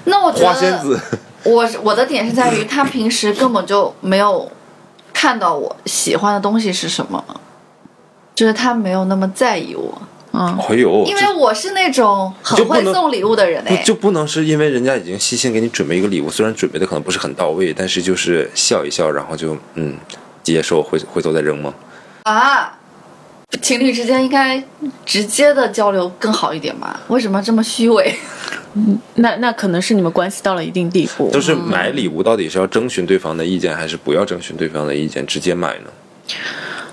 那我觉得花仙子，我是我的点是在于他平时根本就没有看到我喜欢的东西是什么，就是他没有那么在意我，嗯，哎呦，因这为我是那种就很不会能送礼物的人不哎。就不能是因为人家已经细心给你准备一个礼物，虽然准备的可能不是很到位，但是就是笑一笑，然后就嗯接受，回回头再扔吗？啊，情侣之间应该直接的交流更好一点吧？为什么这么虚伪？那那可能是你们关系到了一定地步，就是买礼物到底是要征询对方的意见，还是不要征询对方的意见直接买呢？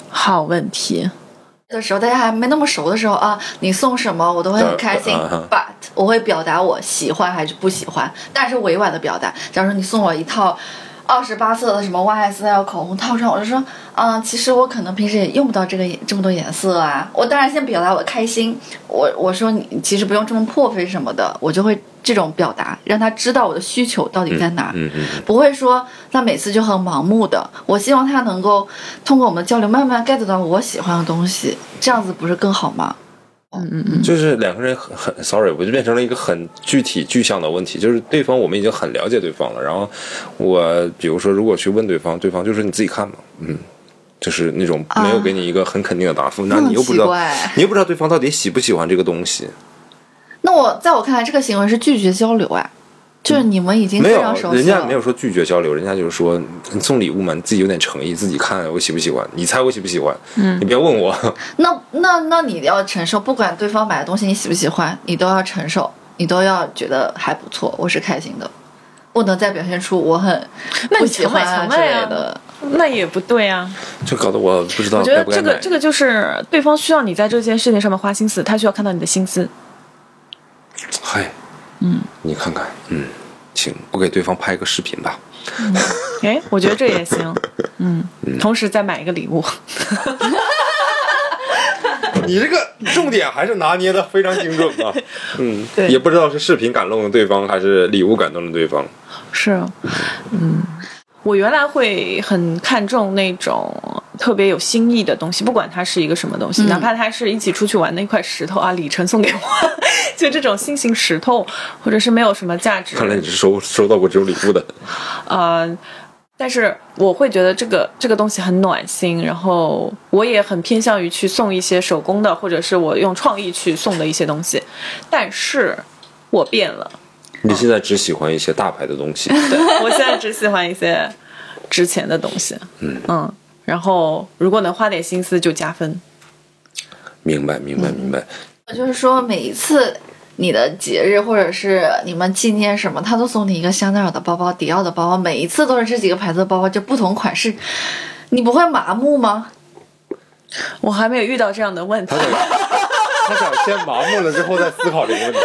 好问题。的时候，大家还没那么熟的时候啊，你送什么我都会很开心、啊啊 b u t 我会表达我喜欢还是不喜欢，但是委婉的表达。假如说你送我一套二十八色的什么 YSL 口红套装，我就说，嗯、其实我可能平时也用不到这个这么多颜色啊。我当然先表达我的开心，我我说你其实不用这么破费什么的，我就会这种表达，让他知道我的需求到底在哪儿。嗯嗯嗯，不会说他每次就很盲目的。我希望他能够通过我们的交流，慢慢 get 到我喜欢的东西，这样子不是更好吗？就是两个人很很 sorry，我就变成了一个很具体具象的问题，就是对方我们已经很了解对方了，然后我比如说如果去问对方，对方就说你自己看吧，嗯，就是那种没有给你一个很肯定的答复，那嗯那么你又不知道奇怪你又不知道对方到底喜不喜欢这个东西，那我在我看来，这个行为是拒绝交流哎，就是你们已经没非有常熟悉了，人家嗯没有说拒绝交流，人家就是说你送礼物嘛，你自己有点诚意，自己看我喜不喜欢，你猜我喜不喜欢，嗯，你不要问我， 那那那你要承受，不管对方买的东西你喜不喜欢，你都要承受，你都要觉得还不错，我是开心的，不能再表现出我很那你不喜欢强啊买之强卖类啊的。那也不对啊，就搞得我不知道我觉该得哦不该这买。个这个就是对方需要你在这件事情上面花心思，他需要看到你的心思。嗨，嗯，你看看，嗯，行，我给对方拍个视频吧。哎，我觉得这也 行，嗯，同时再买一个礼物，你这个重点还是拿捏的非常精准啊， 嗯，对也不知道是视频感动了对方，还是礼物感动了对方。是，嗯，我原来会很看重那种特别有新意的东西，不管它是一个什么东西，嗯哪怕它是一起出去玩的一块石头啊，李晨送给我， 就这种新型石头，或者是没有什么价值，看来你是收收到过只有礼 物的，呃，但是我会觉得这个这个东西很暖心，然后我也很偏向于去送一些手工的，或者是我用创意去送的一些东西。但是我变了，你现在只喜欢一些大牌的东西，对我现在只喜欢一些值钱的东西。嗯然后如果能花点心思就加分。 明白，明白，明白。我就是说，每一次你的节日或者是你们纪念什么，他都送你一个香奈儿的包包、迪奥的包包，每一次都是这几个牌子的包包，就不同款式，你不会麻木吗？我还没有遇到这样的问题他。想，他想先麻木了之后再思考这个问题。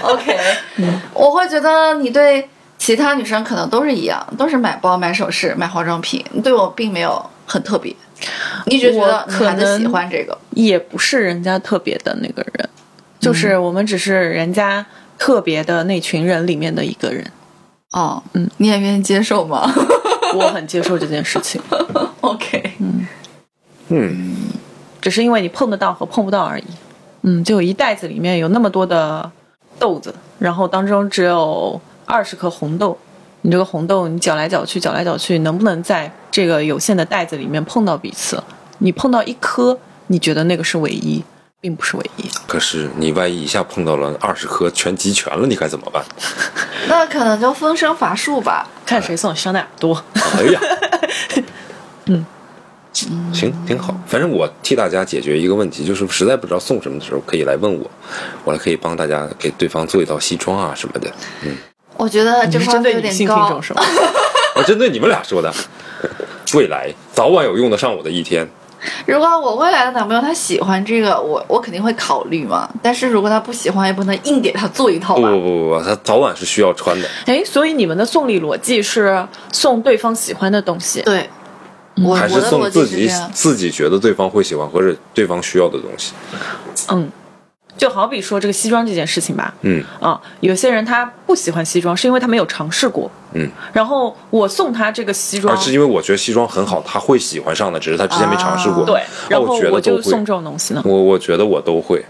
OK，我会觉得你对其他女生可能都是一样，都是买包、买首饰、买化妆品，你对我并没有很特别。你只是觉得我女可孩子喜能欢这个，也不是人家特别的那个人，就是我们只是人家特别的那群人里面的一个人。哦，嗯，你也愿意接受吗 我很接受这件事情， ？OK，嗯，只是因为你碰得到和碰不到而已。嗯，就有一袋子里面有那么多的豆子，然后当中只有二十颗红豆。你这个红豆，你搅来搅去，搅来搅去，能不能在这个有限的袋子里面碰到彼此？你碰到一颗，你觉得那个是唯一，并不是唯一。可是你万一一下碰到了二十颗全集全了，你该怎么办？那可能就分身乏术吧。看谁送香奈儿多。哎呀，嗯，行，挺好。反正我替大家解决一个问题，就是实在不知道送什么的时候，可以来问我，我来可以帮大家给对方做一道西装啊什么的。我觉得呃你这是针方面对有女点性听高众，是吗？我啊针对你们俩说的，未来早晚有用得上我的一天。如果我未来的男朋友他喜欢这个，我我肯定会考虑嘛。但是如果他不喜欢，也不能硬给他做一套不吧。不不不，他早晚是需要穿的。 哎，所以你们的送礼逻辑是送对方喜欢的东西。对，我还我是的送逻自辑是己这样。自己觉得对方会喜欢或者对方需要的东西。嗯，就好比说这个西装这件事情吧，嗯啊，有些人他不喜欢西装，是因为他没有尝试过。嗯，然后我送他这个西装而，是因为我觉得西装很好，他会喜欢上的，只是他之前没尝试过。啊对，然后哦我觉得都就会送这种东西呢。我我觉得我都会，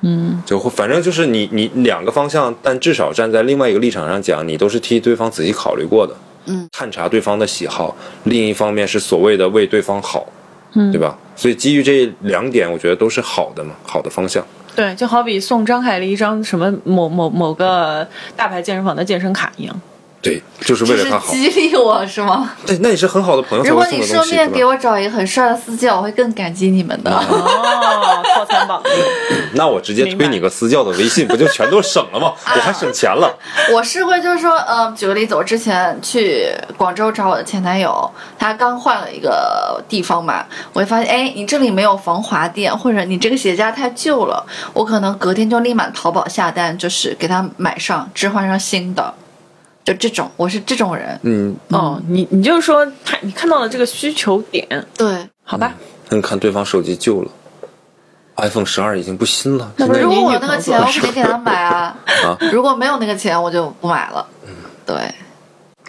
嗯，就会反正就是你你两个方向，但至少站在另外一个立场上讲，你都是替对方仔细考虑过的，嗯，探查对方的喜好，另一方面是所谓的为对方好，嗯对吧？所以基于这两点，我觉得都是好的嘛，好的方向。对，就好比送张海丽一张什么某某某个大牌健身房的健身卡一样。对，就是为这了是他好。激励我是吗？对，那你是很好的朋友才如会果送你的顺东西，便对给吧？我找一个很帅的私教，我会更感激你们的。哦，套餐绑定。那我直接明推白你个私教的微信，不就全都省了吗？我还省钱了。 我是会就是说，呃，举个例子，我之前去广州找我的前男友，他刚换了一个地方嘛，我就发现，哎，你这里没有防滑垫，或者你这个鞋架太旧了，我可能隔天就立马淘宝下单，就是给他买上，置换上新的，就这种，我是这种人，嗯，哦，你你就是说他你看到了这个需求点，对。好吧？那你看对方手机旧了，iPhone 十二已经不新了，那不是如现果你我女有那个朋友钱，我肯定给他买啊。啊 如果没有那个钱，我就不买了。对，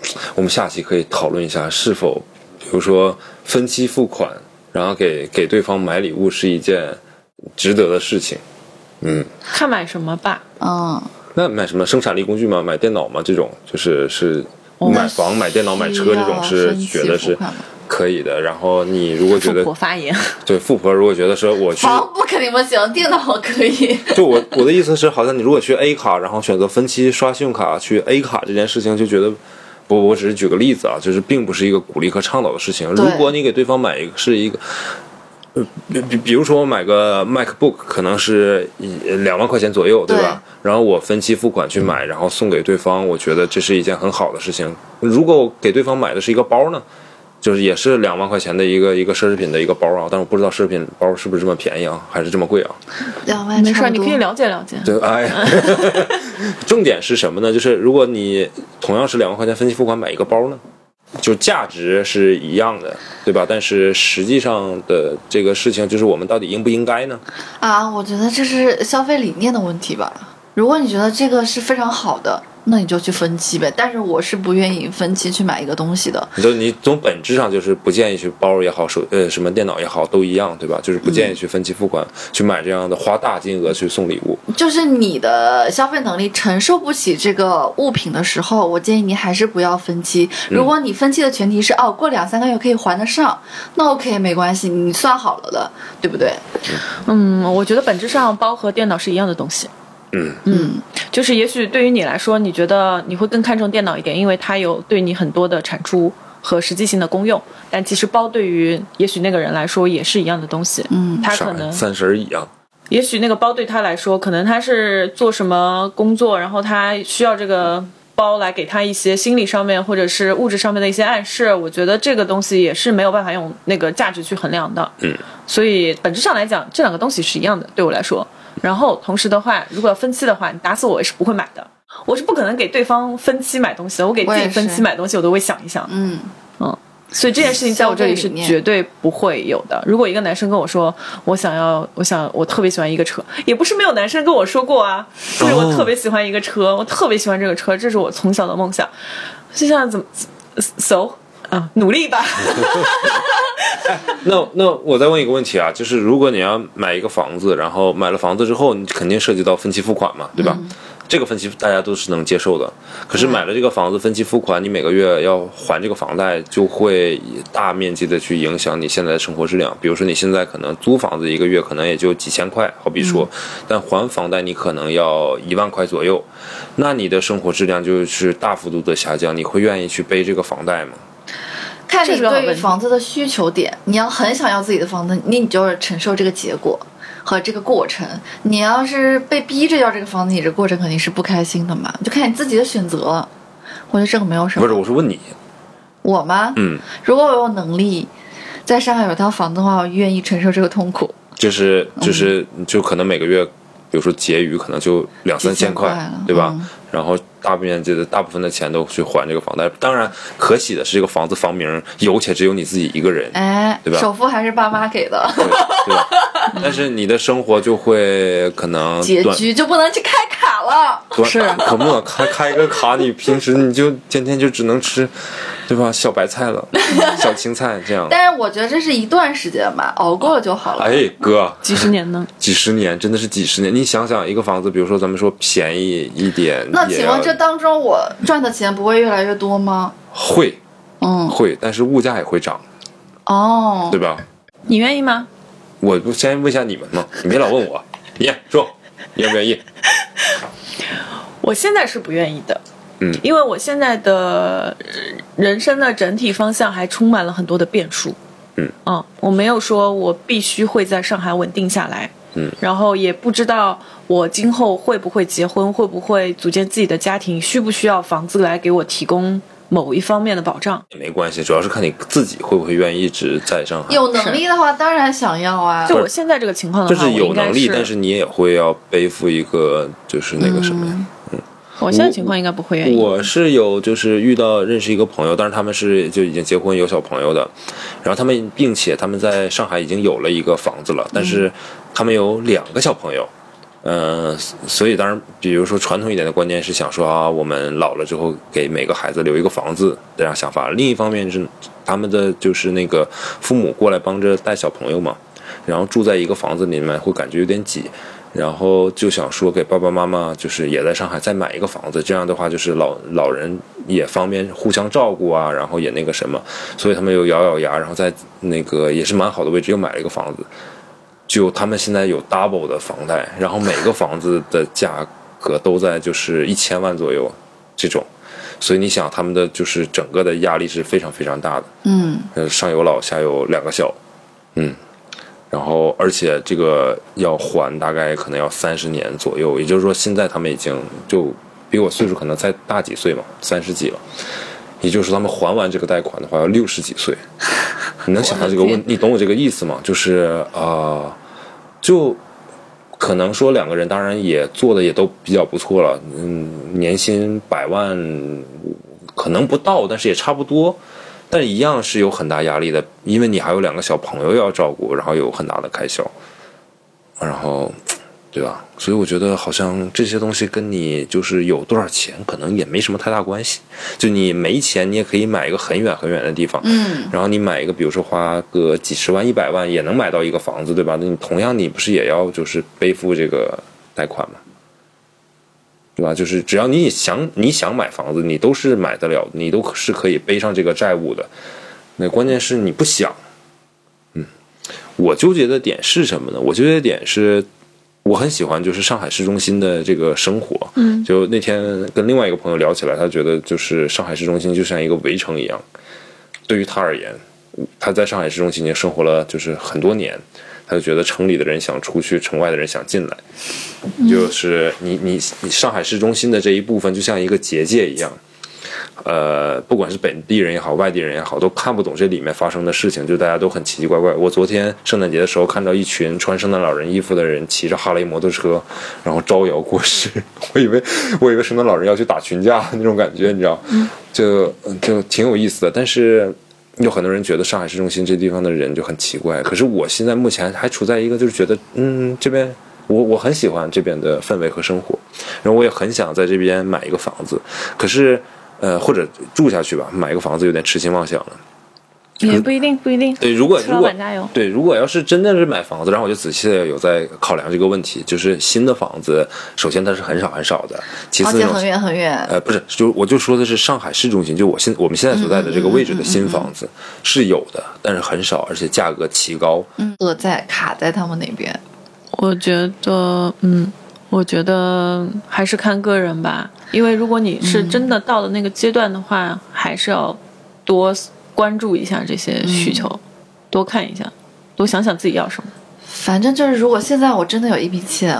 在我们下期可以讨论一下是否，比如说分期付款，然后给给对方买礼物是一件值得的事情。嗯，看买什么吧。嗯，那买什么生产力工具吗？买电脑吗？这种就是是哦买房、买电脑、买车这种是觉得需要分期付是款吗可以的。然后你如果觉富得婆发言，对富婆，如果觉得说我去房不肯定不行，电脑可以。就我我的意思是，好像你如果去 A 卡，然后选择分期刷信用卡去 A 卡这件事情，就觉得不，我只是举个例子啊，就是并不是一个鼓励和倡导的事情。如对果你给对方买一个是一个。呃比比比如说，我买个 MacBook 可能是两万块钱左右，对吧？然后我分期付款去买，然后送给对方，我觉得这是一件很好的事情。如果我给对方买的是一个包呢，就是也是两万块钱的一个一个奢侈品的一个包啊，但我不知道奢侈品包是不是这么便宜啊，还是这么贵啊？两万没事差儿，不你多可以了解了解。对，哎， 重点是什么呢？就是如果你同样是两万块钱分期付款买一个包呢，就价值是一样的，对吧？但是实际上的这个事情，就是我们到底应不应该呢？啊，我觉得这是消费理念的问题吧。如果你觉得这个是非常好的，那你就去分期呗。但是我是不愿意分期去买一个东西的。你就你从本质上就是不建议去包也好，手呃什么电脑也好都一样，对吧？就是不建议去分期付款、去买这样的花大金额去送礼物。就是你的消费能力承受不起这个物品的时候，我建议你还是不要分期。如果你分期的前提是、哦，过两三个月可以还得上，那 OK 没关系，你算好了的，对不对？嗯，我觉得本质上包和电脑是一样的东西。嗯嗯，就是也许对于你来说，你觉得你会更看重电脑一点，因为它有对你很多的产出和实际性的功用。但其实包对于也许那个人来说也是一样的东西。嗯他啥可呀？能三十儿一样，也许那个包对他来说，可能他是做什么工作，然后他需要这个包来给他一些心理上面或者是物质上面的一些暗示。我觉得这个东西也是没有办法用那个价值去衡量的。嗯，所以本质上来讲，这两个东西是一样的，对我来说。然后同时的话，如果要分期的话，你打死我也是不会买的。我是不可能给对方分期买东西的，我给自我也己是分期买东西，我都会想一想。嗯，所以这件事情在我这里是绝对不会有的。如果一个男生跟我说我想要，我想我特别喜欢一个车，也不是没有男生跟我说过啊，就是我特别喜欢一个车，我特别喜欢这个车，这是我从小的梦想。就像怎么，so 啊，努力吧。那那我再问一个问题啊，就是如果你要买一个房子，然后买了房子之后，你肯定涉及到分期付款嘛，对吧？这个分期大家都是能接受的。可是买了这个房子分期付款，你每个月要还这个房贷，就会大面积的去影响你现在的生活质量。比如说你现在可能租房子一个月可能也就几千块，好比说，但还房贷你可能要一万块左右，那你的生活质量就是大幅度的下降。你会愿意去背这个房贷吗？看这你是个好对于问题房子的需求点，你要很想要自己的房子，那你就要承受这个结果和这个过程。你要是被逼着要这个房子，你这过程肯定是不开心的嘛，就看你自己的选择了。我觉得这个没有什不是，么。我是问你，我吗？嗯，如果我有能力在上海有套房子的话，我愿意承受这个痛苦。就是嗯就是就可能每个月，比如说结余可能就两三千块几千块了，对吧嗯？然后大面积的大部分的钱都去还这个房贷。当然，可喜的是这个房子房名有且只有你自己一个人，哎对吧，首付还是爸妈给的。 对对吧？但是你的生活就会可能结短局就不能去开卡了。短是可不能开开一个卡，你平时你就天天就只能吃，对吧？小白菜 了，小青菜这样。但是我觉得这是一段时间吧，熬过了就好了。哎，哥，几十年呢？几十年真的是几十年。你想想，一个房子，比如说咱们说便宜一点，那也请要问这当中我赚的钱不会越来越多吗？会嗯，会，但是物价也会涨，哦对，吧？ 你愿意吗？我不先问一下你们嘛，你别老问我，你说你愿不愿意？我现在是不愿意的。嗯因为我现在的呃人生的整体方向还充满了很多的变数。啊嗯，我没有说我必须会在上海稳定下来。嗯，然后也不知道我今后会不会结婚，会不会组建自己的家庭，需不需要房子来给我提供某一方面的保障。也没关系，主要是看你自己会不会愿意一直在上海。有能力的话当然想要啊就。我现在这个情况的就话，是有我应该能力，是但是你也会要背负一个就是那个什么呀。我现在情况应该不会愿意。我是有就是遇到认识一个朋友，但是他们是就已经结婚有小朋友的，然后他们并且他们在上海已经有了一个房子了，但嗯是他们有两个小朋友。嗯，所以当然，比如说传统一点的观念是想说啊，我们老了之后给每个孩子留一个房子这样想法。另一方面是他们的就是那个父母过来帮着带小朋友嘛，然后住在一个房子里面会感觉有点挤，然后就想说给爸爸妈妈就是也在上海再买一个房子，这样的话就是老老人也方便互相照顾啊，然后也那个什么，所以他们又咬咬牙，然后在那个也是蛮好的位置又买了一个房子，就他们现在有 double 的房贷，然后每个房子的价格都在就是一千万左右这种，所以你想他们的就是整个的压力是非常非常大的。嗯，呃，上有老下有两个小，嗯，然后而且这个要还大概可能要三十年左右，也就是说现在他们已经就比我岁数可能再大几岁嘛，三十几了，也就是说他们还完这个贷款的话要六十几岁，你能想到这个问，你懂我这个意思吗？就是啊、呃就。可能说两个人当然也做的也都比较不错了，嗯，年薪百万可能不到，但是也差不多。但一样是有很大压力的，因为你还有两个小朋友要照顾，然后有很大的开销，然后，对吧？所以我觉得好像这些东西跟你就是有多少钱可能也没什么太大关系。就你没钱，你也可以买一个很远很远的地方，嗯，然后你买一个，比如说花个几十万、一百万也能买到一个房子，对吧？那你同样你不是也要就是背负这个贷款吗？对吧？就是只要你想你想买房子，你都是买得了，你都是可以背上这个债务的。那关键是你不想。嗯，我纠结的点是什么呢？我纠结的点是，我很喜欢就是上海市中心的这个生活。嗯，就那天跟另外一个朋友聊起来，他觉得就是上海市中心就像一个围城一样。对于他而言，他在上海市中心已经生活了就是很多年，他就觉得城里的人想出去，城外的人想进来，就是你你你上海市中心的这一部分就像一个结界一样。呃，不管是本地人也好，外地人也好，都看不懂这里面发生的事情，就大家都很奇奇怪怪。我昨天圣诞节的时候看到一群穿圣诞老人衣服的人骑着哈雷摩托车，然后招摇过市，我以为 我以为圣诞老人要去打群架那种感觉，你知道，就就挺有意思的。但是有很多人觉得上海市中心这地方的人就很奇怪，可是我现在目前还处在一个就是觉得，嗯，这边我我很喜欢这边的氛围和生活，然后我也很想在这边买一个房子，可是呃或者住下去吧，买一个房子有点痴心妄想了。也不一定，不一定。对，如果吃如老果板加油对，如果要是真的是买房子，然后我就仔细的有在考量这个问题，就是新的房子，首先它是很少很少的，其哦而次且那种很远很远。呃，不是，就我就说的是上海市中心，就我现我们现在所在的这个位置的新房嗯子是有的，但是很少，而且价格奇高。呃，在卡在他们那边，我觉得，嗯，我觉得还是看个人吧，因为如果你是嗯真的到了那个阶段的话，还是要多关注一下这些嗯需求，多看一下，多想想自己要什么。反正就是，如果现在我真的有一笔钱，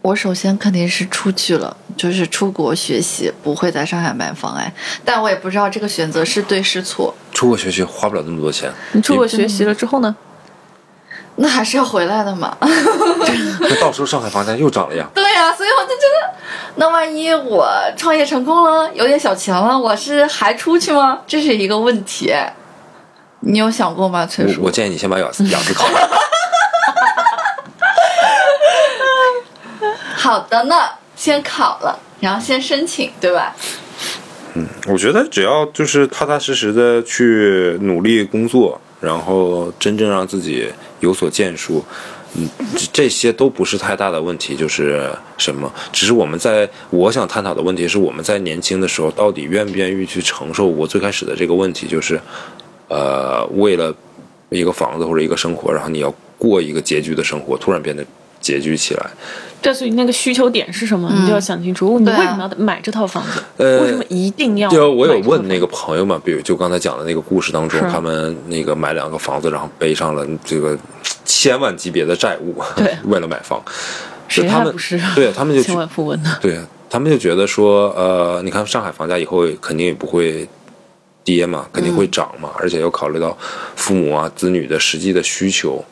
我首先肯定是出去了，就是出国学习，不会在上海买房哎。但我也不知道这个选择是对是错，出国学习花不了那么多钱，你出国学习了之后呢？那还是要回来的 嘛。。那到时候上海房价又涨了呀对呀、所以我就觉得，那万一我创业成功了，有点小钱了，我是还出去吗？这是一个问哎题。你有想过吗，崔我叔我？建议你先把雅思雅思考了。好的呢，先考了，然后先申请，对吧？，我觉得只要就是踏踏实实的去努力工作，然后真正让自己有所建树，嗯，这这些都不是太大的问题。就是什么，只是我们在我想探讨的问题是，我们在年轻的时候到底愿不愿意去承受我最开始的这个问题，就是，呃，为了一个房子或者一个生活，然后你要过一个拮据的生活，突然变得拮据起来。对，所以那个需求点是什么，你就要想清楚，你为什么要买这套房子？嗯啊呃为什么一定要？就啊我有问那个朋友嘛，比如就刚才讲的那个故事当中是，他们那个买两个房子，然后背上了这个千万级别的债务，对 为了买房，谁就他还们不是啊对他们就千万富翁呢？对他们就觉得说，呃，你看上海房价以后肯定也不会跌嘛，肯定会涨嘛，而且要考虑到父母啊、子女的实际的需求，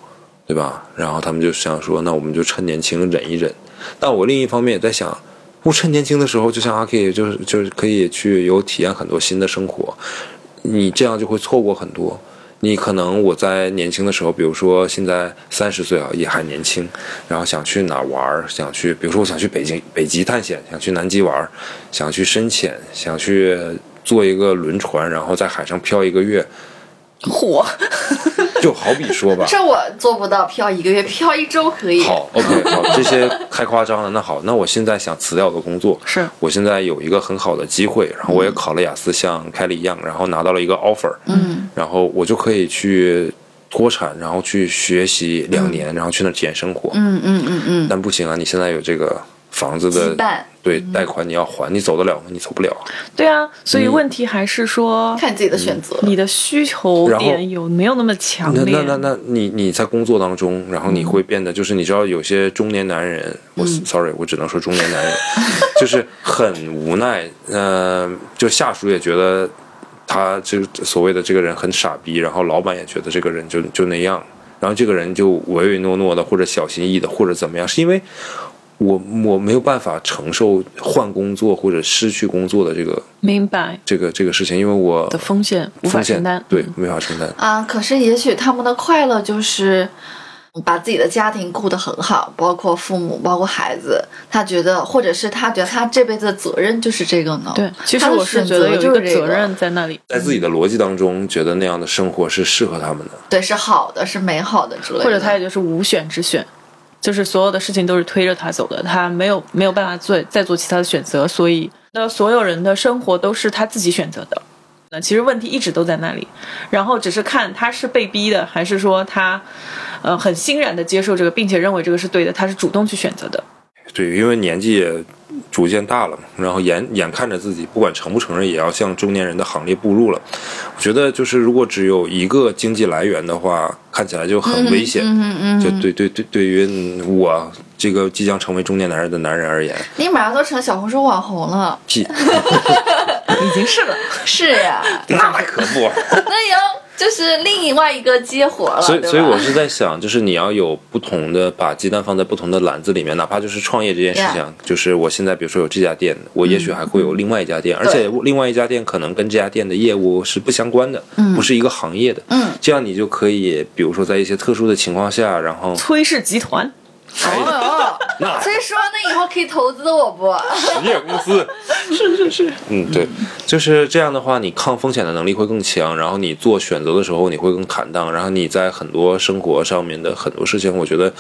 对吧？然后他们就想说，那我们就趁年轻忍一忍。但我另一方面也在想，不趁年轻的时候，就像阿 K，就是就是可以去有体验很多新的生活，你这样就会错过很多。你可能我在年轻的时候，比如说现在三十岁啊，也还年轻，然后想去哪儿玩儿，想去，比如说我想去北京北极探险，想去南极玩儿，想去深潜，想去坐一个轮船，然后在海上漂一个月，火，就好比说吧 这我做不到，漂一个月，漂一周可以。好，OK，好，这些太夸张了。那好，那我现在想辞掉我的工作，是我现在有一个很好的机会，然后我也考了雅思，像凯里一样，然后拿到了一个 offer，嗯，然后我就可以去脱产，然后去学习两年，然后去那儿体验生活。嗯嗯嗯嗯，但不行啊，你现在有这个房子的羁绊对贷款你要还，你走得了吗？你走不了。对啊，所嗯以问题还是说。看你自己的选择。你的需求然后点有没有那么强那烈？那那那你你在工作当中，然后你会变得就是你知道有些中年男人，我 sorry，我只能说中年男人，就是很无奈，呃，就下属也觉得他这个所谓的这个人很傻逼，然后老板也觉得这个人就就那样，然后这个人就唯唯诺诺的或者小心翼翼的或者怎么样，是因为我我没有办法承受换工作或者失去工作的这个明白这个这个事情，因为我的风险无法风险承担。嗯对，没法承担。啊，可是也许他们的快乐就是把自己的家庭顾得很好，包括父母，包括孩子。他觉得，或者是他觉得他这辈子的责任就是这个呢。对，其实他的我是选觉择得有一就是这责任在那里，在自己的逻辑当中，觉得那样的生活是适合他们的。对，是好的，是美好的之类的。或者他也就是无选之选，就是所有的事情都是推着他走的，他没有没有办法做再做其他的选择，所以那所有人的生活都是他自己选择的。那其实问题一直都在那里，然后只是看他是被逼的，还是说他，呃，很欣然的接受这个，并且认为这个是对的，他是主动去选择的。对，因为年纪也逐渐大了嘛，然后眼眼看着自己不管承不承认，也要向中年人的行列步入了。我觉得就是如果只有一个经济来源的话，看起来就很危险。嗯嗯就嗯，对对对，对于嗯我这个即将成为中年男人的男人而言，你马上都成小红书网红了。屁，已经 是了，啊是呀，那可不。啊 那也要就是另外一个接活了。所以，对吧所以我是在想，就是你要有不同的，把鸡蛋放在不同的篮子里面，哪怕就是创业这件事情 Yeah 嗯就是我现在比如说有这家店，我也许还会有另外一家店，而且另外一家店可能跟这家店的业务是不相关的，不是一个行业的，嗯这样你就可以，比如说在一些特殊的情况下，然后哎崔氏集团。哦那哟，所以说那以后可以投资我不？职业公司，是是是，嗯，对，就是这样的话，你抗风险的能力会更强，然后你做选择的时候你会更坦荡，然后你在很多生活上面的很多事情，我觉得，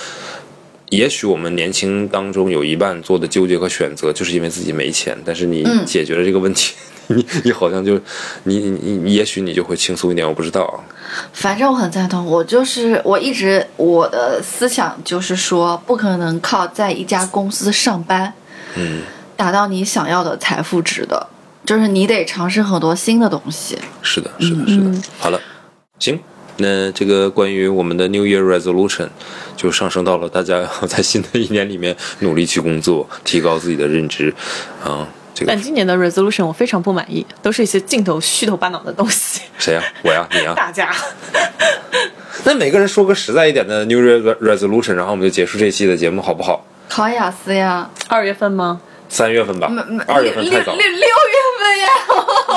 也许我们年轻当中有一半做的纠结和选择，就是因为自己没钱，但是你嗯解决了这个问题， 你你好像就你你你，也许你就会轻松一点，我不知道啊， 反正我很赞同，我就是我一直我的思想就是说，不可能靠在一家公司上班嗯，达到你想要的财富值的，就是你得尝试很多新的东西。是的，是的，是的。好了，行，那这个关于我们的 New Year Resolution 就上升到了大家要在新的一年里面努力去工作，提高自己的认知啊。这个但今年的 resolution 我非常不满意，都是一些镜头虚头巴脑的东西。谁呀、我呀、你呀、啊大家， 那每个人说个实在一点的 New Year Resolution，然后我们就结束这期的节目，好不好？考雅思呀，二月份 吗？三月份吧没没，二月份六太早六。六六月份呀，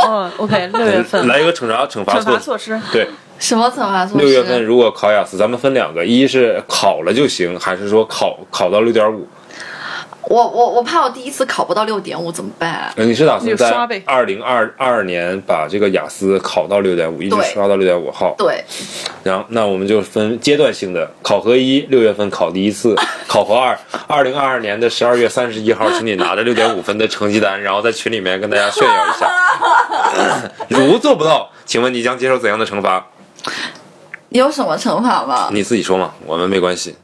哦，OK，六月份。来一个惩罚惩罚惩罚措措施，对，什么惩啊罚措施？六月份如果考雅思，咱们分两个，一是考了就行，还是说考考到六点五？我我我怕我第一次考不到六点五怎么办？啊呃你是打算在你刷呗二零二二年把这个雅思考到六点五，一直对刷到六点五号？对，然后那我们就分阶段性的，考核一六月份考第一次，考核二二零二二年的十二月三十一号，请你拿着六点五分的成绩单，然后在群里面跟大家炫耀一下。如做不到，请问你将接受怎样的惩罚？你有什么惩罚吗？你自己说嘛，我们没关系。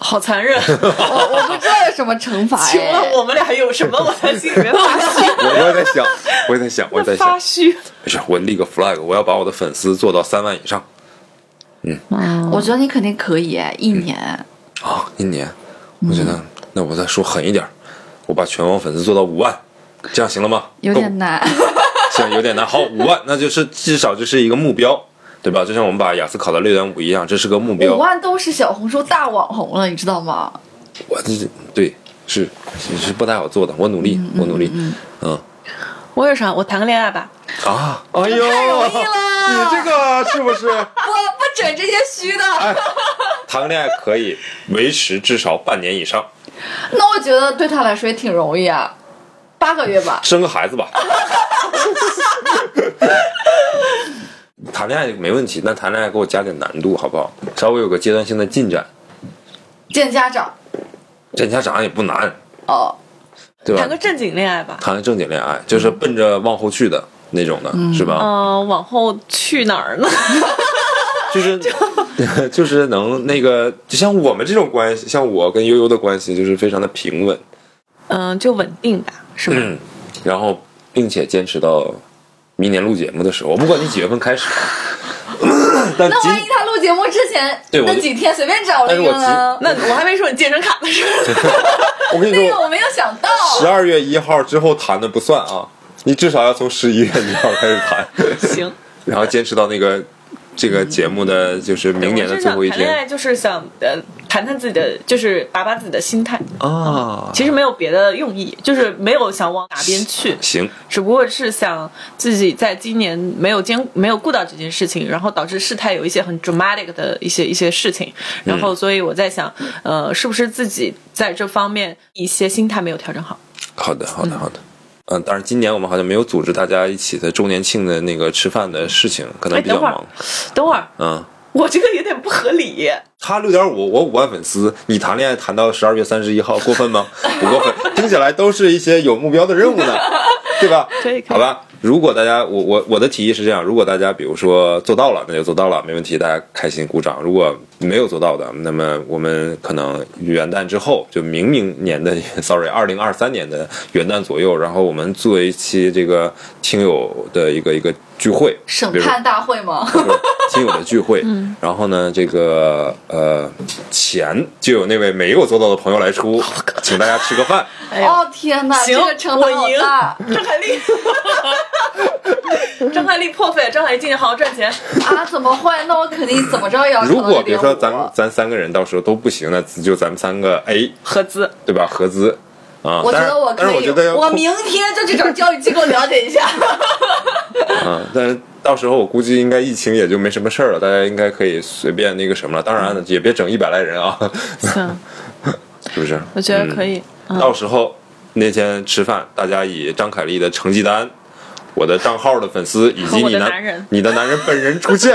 好残 忍！我我不知道有什么惩 罚、哎。请问我们俩有什么？我在心里面 发虚，我我也在想，我也在想，我也在 想发，虚。没事，我立个 flag，我要把我的粉丝做到三万以上嗯我觉得你肯定可以，一年。啊！一年，我觉嗯得那我再说狠一点，我把全网粉丝做到五万，这样行了吗？有够 点难，现在有点难。好，五万，那就是至少这是一个目标，对吧？就像我们把雅思考到六点五一样，这是个目标。五万都是小红书大网红了，你知道吗？我这是对是是不太好做的，我努力，我努力，嗯我有啥？我谈个恋爱吧。啊，哎呦，太容易你了，这个是不是？不不整这些虚的。 谈个恋爱可以维持至少半年以上， 那我觉得对他来说也挺容易啊，八个月吧。生个孩子吧。 谈恋爱没问题，但谈恋爱给我加点难度，好不好？稍微有个阶段性的进展，见家长见家长也不难，哦，对吧？谈个正经恋爱吧。谈个正经恋爱，就是奔着往后去的那种的，是吧？嗯、往后去哪儿呢？ 就是 就是能那个，就像我们这种关系，像我跟悠悠的关系，就是非常的平稳，嗯、就稳定吧，是吧？嗯，然后并且坚持到明年录节目的时候，我不管你几月份开始啊， 但那仅万一他录节目之前对我那几天随便找了一个呢？那我还没说你健身卡的事儿。 我跟你那个说，我没有想到，十二月一号之后谈的不算啊，你至少要从十一月一号开始谈，行，然后坚持到那个这个节目的就是明年的最后一我是想谈恋天爱就是想呃谈谈自己的，就是拔拔自己的心态。啊，其实没有别的用意，就是没有想往哪边去，行。只不过是想自己在今年没有兼没有顾到这件事情，然后导致事态有一些很 dramatic 的一些一些事情，然后所以我在想，呃，是不是自己在这方面一些心态没有调整好？好的，好的，好的。嗯，当然，今年我们好像没有组织大家一起的周年庆的那个吃饭的事情，可能哎，比较等会忙儿。，等会儿，嗯，我这个有点不合 理。他六点五，我五万粉丝，你谈恋爱谈到十二月三十一号，过 分吗？不过分，听起来都是一些有目标的任务呢，对吧？可以可以好吧。如果大家，我我我的提议是这样：如果大家比如说做到了，那就做到了，没问题，大家开心鼓掌；如果没有做到的，那么我们可能元旦之后，就明明年的 ，sorry，二零二三年的元旦左右，然后我们做一期这个听友的一个一个聚会，审比如说判大会吗？就是亲友的聚会。嗯然后呢，这个呃钱就有那位没有做到的朋友来出，请大家吃个饭。哎呀哦天哪，行这个惩罚好大张海丽，张海丽破费，张海丽今年好好赚钱。啊！怎么会？那我肯定怎么着也要如考到果比如说6.5咱们咱三个人到时候都不行，那就咱们三个 A 合资，对吧？合资啊。我觉得我但可是但是以，我觉得要控明天就去找教育机构了解一 下。啊，但是到时候我估计应该疫情也就没什么事儿了，大家应该可以随便那个什么了。当然了，也别整一百来人啊， 嗯，是不是？我觉得可以。嗯到时候那天吃饭，大家以张凯丽的成绩单、我的账号的粉丝以及和我你的男男人你的男人本人出现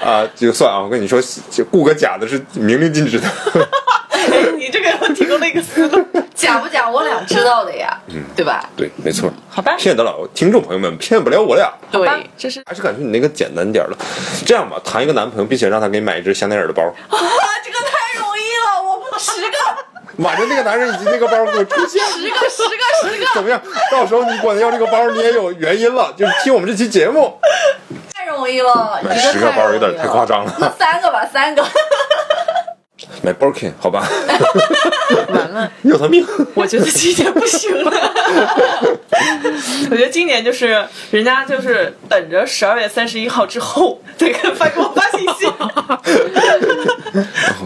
啊，就算啊，我跟你说，就雇个假的是明令禁止的。哎 你这个提供了一个思路，假不假？我俩知道的呀，嗯对吧？对，没错， 好吧？骗得了听众朋友们，骗不了我俩。对，这是还是感觉你那个简单点儿了。这样吧，谈一个男朋友，并且让他给你买一只香奈儿的包。啊，这个太容易了，我不十个晚上那个男人以及那个包给我出现，十个十个十个怎么样？到时候你管他要这个包，你也有原因了，就是听我们这期节目。太容易了，一买十个个包有点太夸张张。了。那三个吧，三个。买 Birkin 好吧？完 了。要他命！哦我觉得今年不行了。我觉得今年就是人家就是等着十二月三十一号之后再看发给我发信息。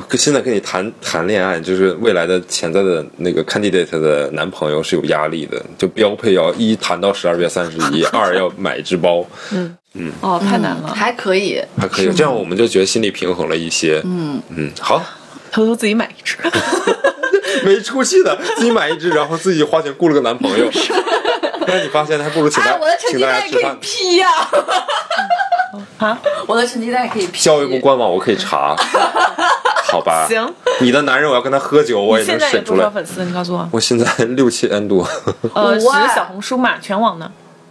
跟现在跟你谈谈恋爱，就是未来的潜在的那个 candidate 的男朋友是有压力的，就标配要一谈到十二月三十一，二要买一只包，哦，太难了， 还可以，还可以。这样我们就觉得心里平衡了一些。嗯嗯，好， 偷偷自己买一只。没出息的，自己买一只，然后自己花钱雇了个男朋友。那你发现还不如请大哎，家、我的成请绩大单家也吃可以饭。批 呀、啊，我的成绩单也可以批。教育部官网我可以查，好吧？行，你的男人我要跟他喝酒，我也现能在有审出多少来。粉丝？你告诉我，我现在 六千多，呃，五万是小红书嘛，全网呢？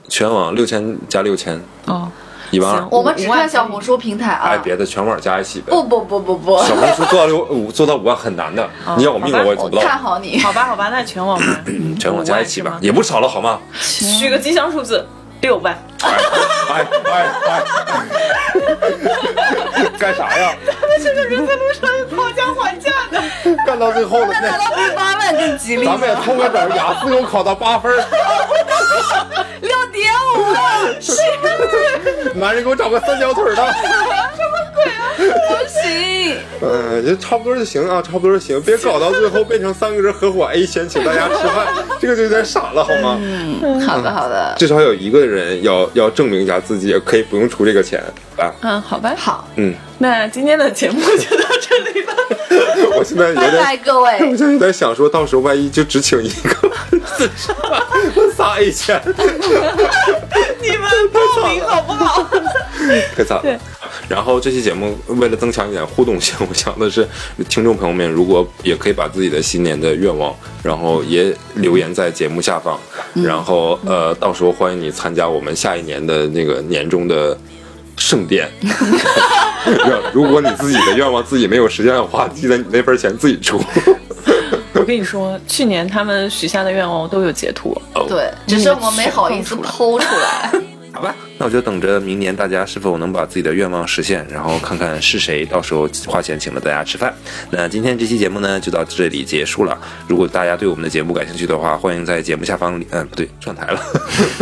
全网六千加六千，哦，一万行二。我们只看小红书平台哎，啊。别的全网加一起呗。不不不不不，小红书做到六五做到五万很难的，你要我命了我也做我不到。看好你。好吧，好吧，那全网吧，嗯全网加一起五吧万，是吗也不少了好吗？取个吉祥数字六万。哎哎哎 哎！干啥呀？这个人在路上讨价还价的，干到最后了，拿到第八万更吉利咱们也通个整，雅思给我考到八分儿，六点五，是男人给我找个三条腿儿的，不行。嗯，就差不多就行啊，差不多就行，别搞到最后变成三个人合伙 A 钱请大家吃饭，这个就有点傻了好吗？嗯，好的好的，至少有一个人要要证明一下自己，可以不用出这个钱啊，嗯，好吧，好，嗯，那今天的节目就到这里吧。我现在有拜点拜各 位我。现在有点想说，到时候万一就只请一个，四十万，仨 A 钱，你们报名好不好？ 太惨了。然后这期节目为了增强一点互动性，我想的是，听众朋友们如果也可以把自己的新年的愿望，然后也留言在节目下方，然后呃，到时候欢迎你参加我们下一年的那个年终的盛宴。 如果你自己的愿望自己没有实现的话，记得你那份钱自己出。我跟你说，去年他们许下的愿望我都有截图。对，只是我哦们没好意思剖出来。好吧，那我就等着明年大家是否能把自己的愿望实现，然后看看是谁到时候花钱请了大家吃饭。那今天这期节目呢，就到这里结束了。如果大家对我们的节目感兴趣的话，欢迎在节目下方，嗯、不对，上台了。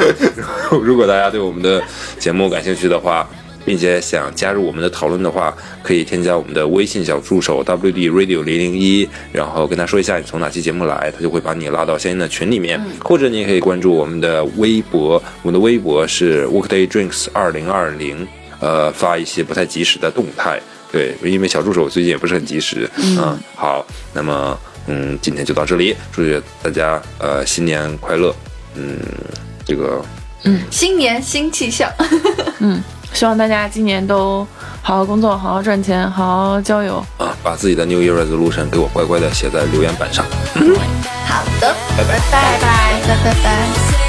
如果大家对我们的节目感兴趣的话，并且想加入我们的讨论的话，可以添加我们的微信小助手 WD Radio 零零一，然后跟他说一下你从哪期节目来，他就会把你拉到相应的群里面，或者你也可以关注我们的微博，我们的微博是 Workday Drinks 二零二零，呃，发一些不太及时的动态。对，因为小助手最近也不是很及时，嗯，好，那么，嗯，今天就到这里，祝愿大家呃新年快乐，嗯，这个 新年新气象， 希望大家今年都好好工作，好好赚钱，好好交友。啊，把自己的 New Year Resolution 给我乖乖的写在留言板上。好的，拜拜拜拜拜拜拜。 Say